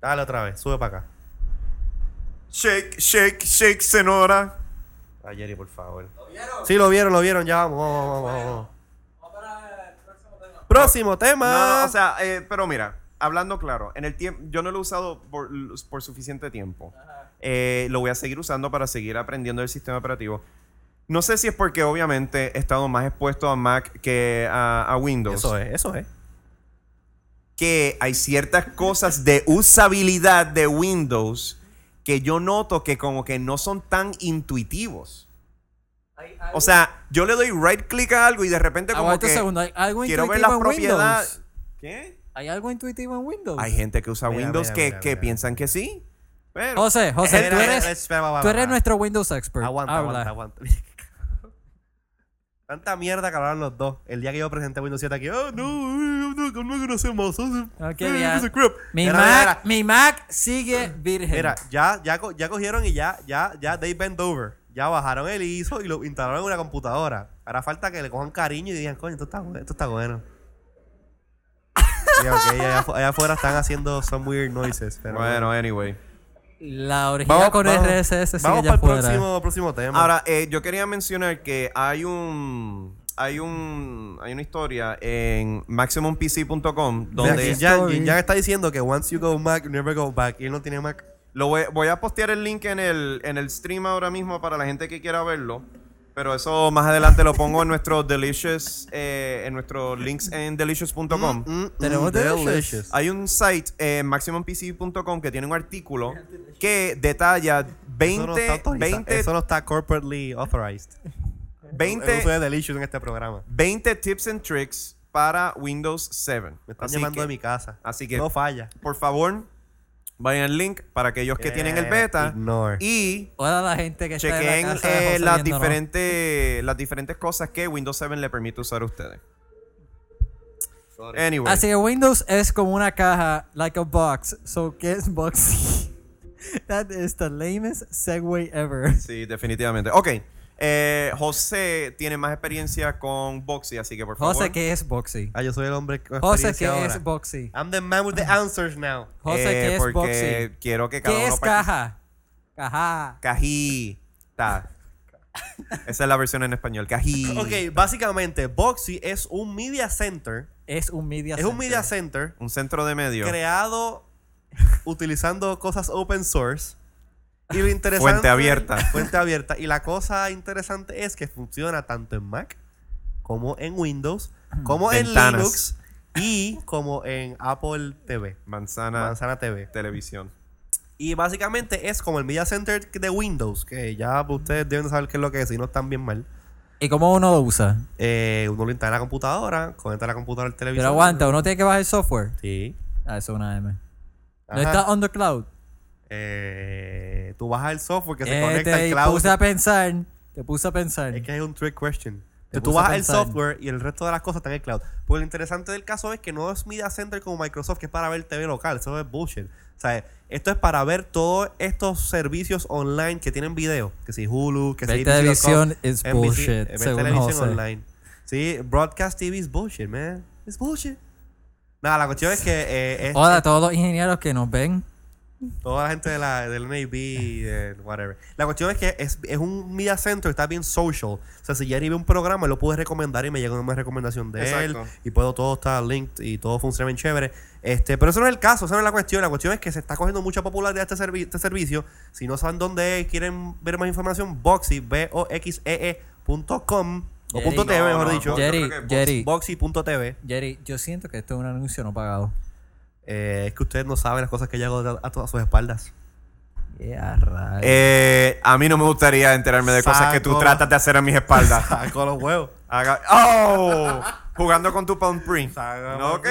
[SPEAKER 5] Dale otra vez, sube para acá.
[SPEAKER 2] Shake, shake, shake, senora.
[SPEAKER 5] Ay, Jerry, por favor.
[SPEAKER 1] ¿Lo vieron?
[SPEAKER 5] Sí, lo vieron, lo vieron, ya vamos, vamos, vamos, vamos, vamos.
[SPEAKER 1] Vamos para el próximo tema.
[SPEAKER 5] Próximo tema.
[SPEAKER 2] No, no, o sea, eh, pero mira, hablando claro, en el tiempo, yo no lo he usado por, por suficiente tiempo. Eh, lo voy a seguir usando para seguir aprendiendo del sistema operativo. No sé si es porque obviamente he estado más expuesto a Mac que a, a Windows.
[SPEAKER 5] eso es, eso es.
[SPEAKER 2] Que hay ciertas cosas de usabilidad de Windows que yo noto que como que no son tan intuitivos. O sea, yo le doy right click a algo y de repente como
[SPEAKER 1] Aguanta
[SPEAKER 2] que
[SPEAKER 1] un Ah, este segundo. ¿Hay algo
[SPEAKER 2] quiero
[SPEAKER 1] intuitivo
[SPEAKER 2] ver las
[SPEAKER 1] en
[SPEAKER 2] propiedades.
[SPEAKER 1] Windows?
[SPEAKER 2] ¿Qué?
[SPEAKER 1] ¿Hay algo intuitivo en Windows?
[SPEAKER 2] Hay gente que usa
[SPEAKER 5] Mira,
[SPEAKER 2] Windows
[SPEAKER 5] mira,
[SPEAKER 2] que,
[SPEAKER 5] mira, Oh.
[SPEAKER 2] que
[SPEAKER 5] mira.
[SPEAKER 2] piensan que sí. Pero
[SPEAKER 1] José, José,
[SPEAKER 5] Espera,
[SPEAKER 1] tú
[SPEAKER 5] espera,
[SPEAKER 1] eres,
[SPEAKER 5] espera, va, va,
[SPEAKER 1] tú eres
[SPEAKER 5] va.
[SPEAKER 1] nuestro Windows expert.
[SPEAKER 5] Aguanta,
[SPEAKER 1] Habla.
[SPEAKER 5] aguanta, aguanta. Tanta mierda que hablaron los dos. El día que yo presenté Windows 7 aquí, oh no, eh, no, que no conocemos.
[SPEAKER 1] Ah,
[SPEAKER 5] Eh,
[SPEAKER 1] qué bien. Mi,
[SPEAKER 5] Mira,
[SPEAKER 1] Mac,
[SPEAKER 5] mira,
[SPEAKER 1] mi Mac sigue virgen.
[SPEAKER 5] mira, ya, ya, co- ya cogieron y ya, ya, ya, they bent over. Ya bajaron el ISO y lo instalaron en una computadora. Ahora falta que le cojan cariño y digan, coño, esto está, bu- esto está bueno. Y ok, allá, afu- allá afuera están haciendo some weird noises. Pero
[SPEAKER 2] Bueno, anyway.
[SPEAKER 1] La original
[SPEAKER 5] Vamos,
[SPEAKER 1] con
[SPEAKER 5] vamos,
[SPEAKER 1] RSS sigue
[SPEAKER 5] vamos
[SPEAKER 1] ya
[SPEAKER 5] para el
[SPEAKER 1] fuera.
[SPEAKER 5] próximo, próximo tema.
[SPEAKER 2] Ahora, eh, yo quería mencionar que hay un. Hay un. Hay una historia en MaximumPC.com
[SPEAKER 5] donde
[SPEAKER 2] donde.
[SPEAKER 1] aquí.
[SPEAKER 5] Jan,
[SPEAKER 1] estoy.
[SPEAKER 5] Jan está diciendo que once you go Mac, you never go back. Y él no tiene Mac.
[SPEAKER 2] Lo voy, voy a postear el link en el, en el stream ahora mismo para la gente que quiera verlo. Pero eso más adelante lo pongo en nuestro Delicious. eh, en nuestros links en delicious.com.
[SPEAKER 5] Mm,
[SPEAKER 1] Tenemos delicious.
[SPEAKER 2] Hay un site, eh, maximumpc.com, que tiene un artículo que detalla 20,
[SPEAKER 5] eso, no está autorizado.
[SPEAKER 2] 20,
[SPEAKER 5] Eso no está corporately authorized. El uso
[SPEAKER 2] 20,
[SPEAKER 5] de Delicious en este programa.
[SPEAKER 2] 20 tips and tricks para Windows 7.
[SPEAKER 5] Me están
[SPEAKER 2] Así
[SPEAKER 5] llamando
[SPEAKER 2] que-
[SPEAKER 5] de mi casa.
[SPEAKER 2] así que-
[SPEAKER 5] No falla.
[SPEAKER 2] Por favor, vayan al link para aquellos que tienen el
[SPEAKER 5] Eh,
[SPEAKER 2] beta.
[SPEAKER 5] ignore.
[SPEAKER 2] Y
[SPEAKER 1] Hola a la gente que está
[SPEAKER 2] chequen
[SPEAKER 1] en la casa
[SPEAKER 2] eh,
[SPEAKER 1] de José
[SPEAKER 2] las,
[SPEAKER 1] viéndonos.
[SPEAKER 2] diferentes, las diferentes cosas que Windows 7 le permite usar a ustedes. Anyway.
[SPEAKER 1] Así que Windows es como una caja, like a box. So, ¿qué es boxy? That is the lamest segue ever.
[SPEAKER 2] Sí, definitivamente. Ok. eh, José tiene más experiencia con Boxy, así que por favor.
[SPEAKER 1] José, ¿qué es boxy?
[SPEAKER 5] Ah, yo soy el hombre con
[SPEAKER 1] José, ¿qué
[SPEAKER 5] experiencia ahora. Eh,
[SPEAKER 1] es boxy?
[SPEAKER 5] I'm the man with the answers now.
[SPEAKER 1] José,
[SPEAKER 2] eh,
[SPEAKER 1] ¿qué es
[SPEAKER 2] porque
[SPEAKER 1] boxy?
[SPEAKER 2] quiero que cada
[SPEAKER 1] ¿Qué
[SPEAKER 2] uno
[SPEAKER 1] es
[SPEAKER 2] participe-
[SPEAKER 1] caja? Caja.
[SPEAKER 2] Cajita. Esa es la versión en español. Cajita.
[SPEAKER 5] Ok, básicamente, Boxy es un media center.
[SPEAKER 1] Es un media
[SPEAKER 5] Es un media
[SPEAKER 1] center.
[SPEAKER 5] center
[SPEAKER 2] Un centro de medio.
[SPEAKER 5] creado utilizando cosas open source. Y lo interesante.
[SPEAKER 2] Fuente abierta.
[SPEAKER 5] Fuente abierta. Y la cosa interesante es que funciona tanto en Mac, como en Windows,
[SPEAKER 1] Mm.
[SPEAKER 5] como en
[SPEAKER 2] Ventanas.
[SPEAKER 5] Linux y como en Apple TV.
[SPEAKER 2] Manzana,
[SPEAKER 5] Manzana TV.
[SPEAKER 2] Televisión.
[SPEAKER 5] Y básicamente es como el Media Center de Windows, que ya ustedes deben saber qué es lo que es, si no están bien mal.
[SPEAKER 1] ¿Y cómo uno lo usa?
[SPEAKER 5] Eh, uno lo instala en la computadora, conecta la computadora al televisor.
[SPEAKER 1] Pero aguanta, uno tiene que bajar el software.
[SPEAKER 5] Sí.
[SPEAKER 1] Ah, eso es una M.
[SPEAKER 5] Ajá.
[SPEAKER 1] No está on the cloud.
[SPEAKER 5] Eh, tú bajas el software que se
[SPEAKER 1] Eh,
[SPEAKER 5] conecta
[SPEAKER 1] te
[SPEAKER 5] al cloud.
[SPEAKER 1] puse a pensar. Te puse a pensar.
[SPEAKER 5] Es que es un trick question.
[SPEAKER 1] Te
[SPEAKER 5] tú
[SPEAKER 1] puse a
[SPEAKER 5] bajas el
[SPEAKER 1] pensar.
[SPEAKER 5] software y el resto de las cosas están en el cloud. Pues lo interesante del caso es que no es Media Center como Microsoft, que es para ver TV local. Eso es bullshit. O sea, esto es para ver todos estos servicios online que tienen video. Que si Hulu, que
[SPEAKER 1] Ver
[SPEAKER 5] si
[SPEAKER 1] televisión is
[SPEAKER 5] NBC,
[SPEAKER 1] bullshit,
[SPEAKER 5] eh, ver
[SPEAKER 1] según
[SPEAKER 5] televisión
[SPEAKER 1] José.
[SPEAKER 5] online. Sí, Broadcast TV is bullshit, man. It's bullshit. Nada, la cuestión es que eh, es-
[SPEAKER 1] Hola a todos los ingenieros que nos ven.
[SPEAKER 5] Toda la gente de la, del NAB y del whatever. La cuestión es que es, es un media center, está bien social. O sea, si Jerry ve un programa, lo puedes recomendar y me llega una más recomendación de
[SPEAKER 2] Exacto.
[SPEAKER 5] él. Y puedo todo está linked y todo funciona bien chévere. Este, pero eso no es el caso, esa no es la cuestión. La cuestión es que se está cogiendo mucha popularidad este, servi- este servicio. Si no saben dónde es, quieren ver más información, Boxy, B-O-X-E-E E punto com, o
[SPEAKER 1] Jerry,
[SPEAKER 5] punto TV,
[SPEAKER 2] no,
[SPEAKER 5] mejor
[SPEAKER 2] no,
[SPEAKER 5] dicho.
[SPEAKER 2] Yo creo
[SPEAKER 1] Jerry,
[SPEAKER 2] que box-
[SPEAKER 1] Jerry,
[SPEAKER 5] Boxy.tv.
[SPEAKER 1] Jerry, yo siento que esto es un anuncio no pagado.
[SPEAKER 5] Eh, es que ustedes no saben las cosas que yo hago a, a todas sus espaldas.
[SPEAKER 1] Yeah, right.
[SPEAKER 2] Eh, a mí no me gustaría enterarme de cosas que tú
[SPEAKER 5] Saco.
[SPEAKER 2] tratas de hacer a mis espaldas.
[SPEAKER 5] Saco los huevos.
[SPEAKER 2] Haga- ¡Oh! Jugando con tu palm print.
[SPEAKER 5] Saca-
[SPEAKER 2] Ok.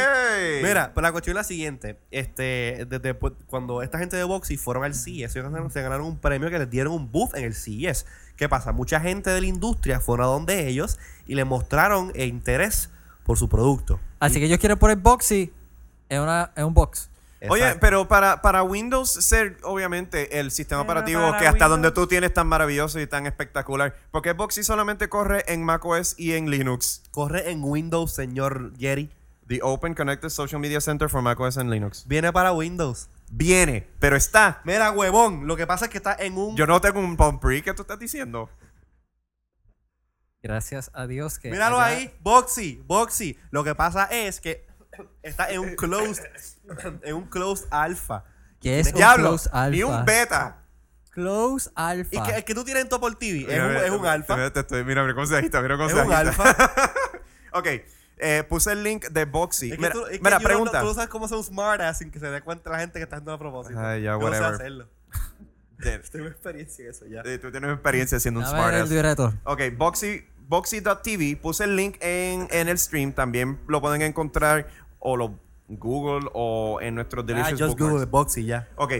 [SPEAKER 5] Mira, pero la cuestión es la siguiente. Este, desde pu- cuando esta gente de Boxy fueron al CES, ellos ganaron- se ganaron un premio que les dieron un buff en el CES. ¿Qué pasa? Mucha gente de la industria fueron a donde ellos y le mostraron eh, interés por su producto.
[SPEAKER 1] Así que ellos quieren poner boxy en, una, en un box.
[SPEAKER 2] Oye,
[SPEAKER 5] Exacto.
[SPEAKER 2] pero para, para Windows ser, obviamente, el sistema
[SPEAKER 4] Pero
[SPEAKER 2] operativo
[SPEAKER 4] para
[SPEAKER 2] que hasta
[SPEAKER 4] Windows-
[SPEAKER 2] donde tú tienes tan maravilloso y tan espectacular, porque Boxy solamente corre en macOS y en Linux.
[SPEAKER 5] corre en Windows, señor Jerry.
[SPEAKER 2] The Open Connected Social Media Center for macOS and Linux.
[SPEAKER 5] Viene para Windows.
[SPEAKER 2] Viene, pero está.
[SPEAKER 5] Mira, huevón, lo que pasa es que está en un.
[SPEAKER 2] Yo no tengo un palm print que tú estás diciendo.
[SPEAKER 1] Gracias a Dios que.
[SPEAKER 5] Míralo
[SPEAKER 1] allá-
[SPEAKER 5] ahí, Boxy, Boxy. Lo que pasa es que está en un closed, en un closed alpha.
[SPEAKER 1] Que es un
[SPEAKER 2] Diablo,
[SPEAKER 1] close alpha.
[SPEAKER 2] ni un beta.
[SPEAKER 1] Close alpha.
[SPEAKER 5] Y que, el que tú tienes en Top TV es un, es un
[SPEAKER 2] Mira,
[SPEAKER 5] alfa.
[SPEAKER 2] Mira, te estoy- mira, mira cómo se agita, mira cómo
[SPEAKER 5] Es
[SPEAKER 2] se
[SPEAKER 5] un
[SPEAKER 2] agita.
[SPEAKER 5] alfa.
[SPEAKER 2] Ok, eh, puse el link de Boxy.
[SPEAKER 5] Es que
[SPEAKER 2] mira,
[SPEAKER 5] tú- es que
[SPEAKER 2] mira,
[SPEAKER 5] yo no-
[SPEAKER 2] pregunta.
[SPEAKER 5] Tú no sabes cómo ser un smart ass sin que se dé cuenta la gente que está haciendo a propósito.
[SPEAKER 2] Ay, ya,
[SPEAKER 5] Yo No
[SPEAKER 2] whatever.
[SPEAKER 5] sé hacerlo. Tengo experiencia en eso ya.
[SPEAKER 2] Eh, tú tienes experiencia siendo un
[SPEAKER 1] Dame el
[SPEAKER 2] smartass.
[SPEAKER 1] libreto.
[SPEAKER 2] Ok, Boxy, Boxy.tv, puse el link en, en el stream, también lo pueden encontrar o lo Google o en nuestros
[SPEAKER 5] Ah,
[SPEAKER 2] delicious
[SPEAKER 5] just
[SPEAKER 2] bookmarks.
[SPEAKER 5] Google Boxy ya.
[SPEAKER 2] Ok,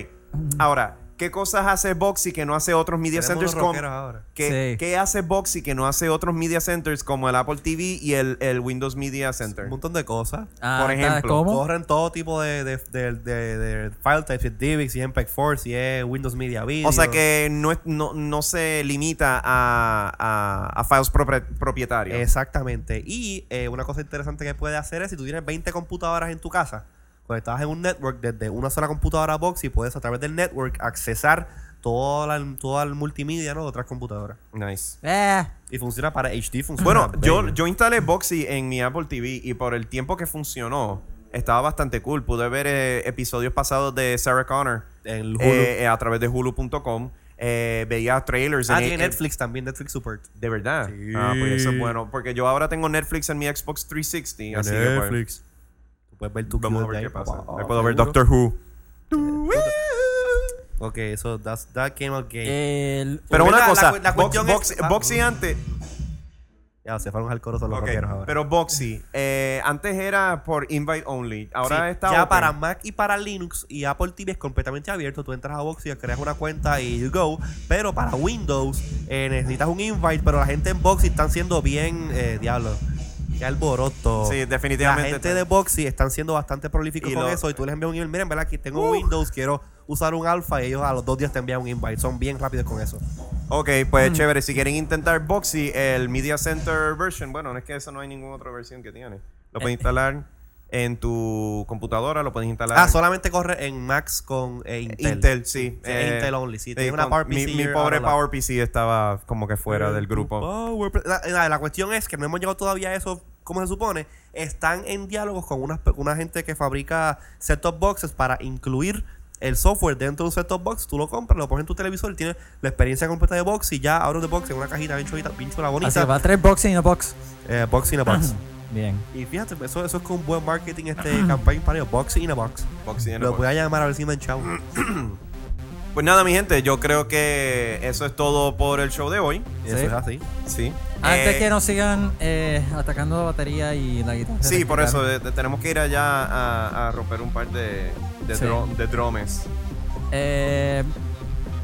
[SPEAKER 2] ahora, ¿qué cosas hace Boxy que no hace otros media
[SPEAKER 5] Tenemos
[SPEAKER 2] centers
[SPEAKER 5] unos
[SPEAKER 2] como...
[SPEAKER 5] rockeros ahora.
[SPEAKER 2] ¿Qué,
[SPEAKER 1] Sí.
[SPEAKER 2] qué hace Boxy que no hace otros media centers como el Apple TV y el, el Windows Media Center?
[SPEAKER 5] Un montón de cosas.
[SPEAKER 1] Ah,
[SPEAKER 2] Por
[SPEAKER 1] está,
[SPEAKER 2] ejemplo,
[SPEAKER 1] ¿cómo?
[SPEAKER 5] Corren todo tipo de, de, de, de, de file types, si es DivX, si es MPEG-4, si es Windows Media Video.
[SPEAKER 2] O sea que no, es- no, no se limita a, a- a files propre- propietarios.
[SPEAKER 5] Exactamente. Y eh, una cosa interesante que puede hacer es si tú tienes 20 computadoras en tu casa, conectadas en un network desde una sola computadora box y puedes a través del network accesar toda la, toda el multimedia ¿no? de otras computadoras.
[SPEAKER 2] Nice.
[SPEAKER 1] Eh,
[SPEAKER 5] Y funciona para HD, funciona
[SPEAKER 2] Bueno,
[SPEAKER 5] para
[SPEAKER 2] yo,
[SPEAKER 5] baby.
[SPEAKER 2] yo instalé Boxy en mi Apple TV y por el tiempo que funcionó, estaba bastante cool. Pude ver eh, episodios pasados de Sarah Connor
[SPEAKER 5] En Hulu.
[SPEAKER 2] eh, eh, a través de hulu.com. Eh, veía trailers
[SPEAKER 5] ah,
[SPEAKER 2] en-
[SPEAKER 5] tiene
[SPEAKER 2] en-
[SPEAKER 5] Netflix también, Netflix Support.
[SPEAKER 2] De verdad.
[SPEAKER 5] Sí.
[SPEAKER 2] Ah, pues eso es bueno. Porque yo ahora tengo Netflix en mi Xbox 360. Así que pues,
[SPEAKER 5] Tú puedes ver tu
[SPEAKER 2] vamos a
[SPEAKER 5] queue
[SPEAKER 2] ver
[SPEAKER 5] de
[SPEAKER 2] qué
[SPEAKER 5] ahí,
[SPEAKER 2] pasa.
[SPEAKER 5] papá.
[SPEAKER 2] Ahí puedo ver
[SPEAKER 5] Seguro.
[SPEAKER 2] Doctor Who.
[SPEAKER 5] Ok, so that's, that came out gay.
[SPEAKER 1] el-
[SPEAKER 2] Pero
[SPEAKER 5] Mira,
[SPEAKER 2] una
[SPEAKER 5] la ah,
[SPEAKER 2] cosa,
[SPEAKER 5] cu- la
[SPEAKER 2] Box-
[SPEAKER 5] cuestión es-
[SPEAKER 2] Box- Boxy antes.
[SPEAKER 5] Ya, se fueron al coro son los
[SPEAKER 2] Ok,
[SPEAKER 5] rockeros ahora.
[SPEAKER 2] Pero Boxy, eh, antes era por invite only. Ahora
[SPEAKER 5] Sí,
[SPEAKER 2] está.
[SPEAKER 5] ya
[SPEAKER 2] open.
[SPEAKER 5] para Mac y para Linux y Apple TV es completamente abierto. Tú entras a Boxy, creas una cuenta y you go. Pero para Windows eh, necesitas un invite, pero la gente en Boxy están siendo bien, eh, diablo, qué alboroto.
[SPEAKER 2] Sí,
[SPEAKER 5] la
[SPEAKER 2] definitivamente.
[SPEAKER 5] gente de Boxy están siendo bastante prolíficos
[SPEAKER 2] Y
[SPEAKER 5] con
[SPEAKER 2] lo- Uh.
[SPEAKER 5] eso y tú les envías un email, miren, ¿verdad? Aquí tengo Windows, quiero usar un alfa y ellos a los dos días te envían un invite. Son bien rápidos con eso.
[SPEAKER 2] Ok,
[SPEAKER 5] Mm.
[SPEAKER 2] pues chévere. Si quieren intentar Boxy, el Media Center version, bueno, no es que eso no hay ninguna otra versión que tiene. Lo
[SPEAKER 5] Eh,
[SPEAKER 2] puedes instalar en tu computadora, lo puedes instalar.
[SPEAKER 5] Ah, solamente corre en Macs con eh, Intel.
[SPEAKER 2] Intel, sí. eh,
[SPEAKER 5] Sí, Intel only, sí. Tiene
[SPEAKER 2] con-
[SPEAKER 5] una Power
[SPEAKER 2] mi,
[SPEAKER 5] PC ah,
[SPEAKER 2] mi
[SPEAKER 5] ahora
[SPEAKER 2] pobre
[SPEAKER 5] la-
[SPEAKER 2] Power PC estaba como que fuera del grupo.
[SPEAKER 5] Power Pl- Ah, La, la- la cuestión es que no hemos llegado todavía a eso, como se supone. Están en diálogos con unas pe- una, gente que fabrica set-top boxes para incluir el software dentro de un set-top box. Tú lo compras, lo pones en tu televisor y tienes la experiencia completa de box y ya out of the box en una cajita bien chulita, bien chula,
[SPEAKER 1] Así que
[SPEAKER 5] bonita.
[SPEAKER 1] va a traer boxing a box.
[SPEAKER 5] Eh, box in a box.
[SPEAKER 1] Bien.
[SPEAKER 5] y fíjate, eso, eso es con buen marketing, este campaign para ellos. Box in a box.
[SPEAKER 2] Boxy en
[SPEAKER 5] Lo
[SPEAKER 2] el
[SPEAKER 5] voy a llamar a ver si me enchavo.
[SPEAKER 2] Pues nada, mi gente, yo creo que eso es todo por el show de hoy.
[SPEAKER 5] Eso
[SPEAKER 1] Sí.
[SPEAKER 5] es así.
[SPEAKER 2] Sí.
[SPEAKER 1] Antes
[SPEAKER 2] Eh,
[SPEAKER 1] que nos sigan eh, atacando la batería y la guitarra.
[SPEAKER 2] Sí, por eso eh, te- tenemos que ir allá a, a romper un par de, de,
[SPEAKER 1] Sí.
[SPEAKER 2] dro- de dromes.
[SPEAKER 1] Eh,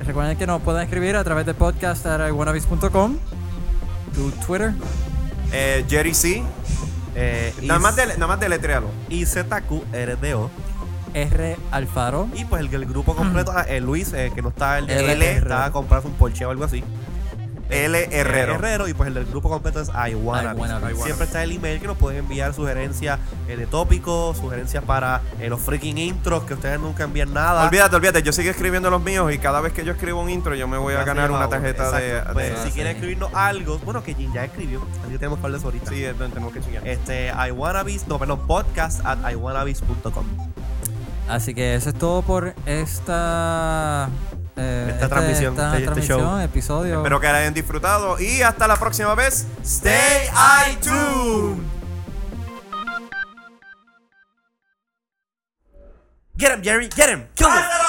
[SPEAKER 1] recuerden que nos pueden escribir a través de podcast at iwannabies.com, tu Twitter.
[SPEAKER 2] Eh, Jerry C.
[SPEAKER 5] Eh, y,
[SPEAKER 2] Nada más, de, nada más deletréalo.
[SPEAKER 5] y ZQRDO.
[SPEAKER 1] R Alfaro.
[SPEAKER 5] Y pues el, el grupo completo, ah, eh, Luis, eh, que no está el de
[SPEAKER 1] L.
[SPEAKER 5] L, está a comprarse un Porsche o algo así.
[SPEAKER 2] L.
[SPEAKER 5] Eh,
[SPEAKER 2] Herrero.
[SPEAKER 5] Herrero. Y pues el del grupo completo es Iwana.
[SPEAKER 1] I wanna be.
[SPEAKER 5] Siempre está el email que nos pueden enviar sugerencias eh, de tópicos, sugerencias para eh, los freaking intros que ustedes nunca envían nada.
[SPEAKER 2] Olvídate, olvídate. Yo sigo escribiendo los míos y cada vez que yo escribo un intro, yo me voy a
[SPEAKER 5] Gracias,
[SPEAKER 2] ganar una
[SPEAKER 5] Raúl.
[SPEAKER 2] tarjeta de. Ah,
[SPEAKER 5] Exacto. Pues,
[SPEAKER 2] de-
[SPEAKER 5] si quieren escribirnos algo, bueno, que Jin ya escribió, así que tenemos que hablar de eso ahorita.
[SPEAKER 2] Sí, entonces tenemos que chingar.
[SPEAKER 5] Este, iwannabis, no, perdón, podcast at iwannabis.com.
[SPEAKER 1] Así que eso es todo por esta. eh,
[SPEAKER 5] Esta transmisión,
[SPEAKER 1] esta
[SPEAKER 5] este- este
[SPEAKER 1] transmisión,
[SPEAKER 5] show.
[SPEAKER 1] episodio.
[SPEAKER 2] Espero que la hayan disfrutado y hasta la próxima vez. Stay iTunes.
[SPEAKER 5] Get him, Jerry, get him, kill him.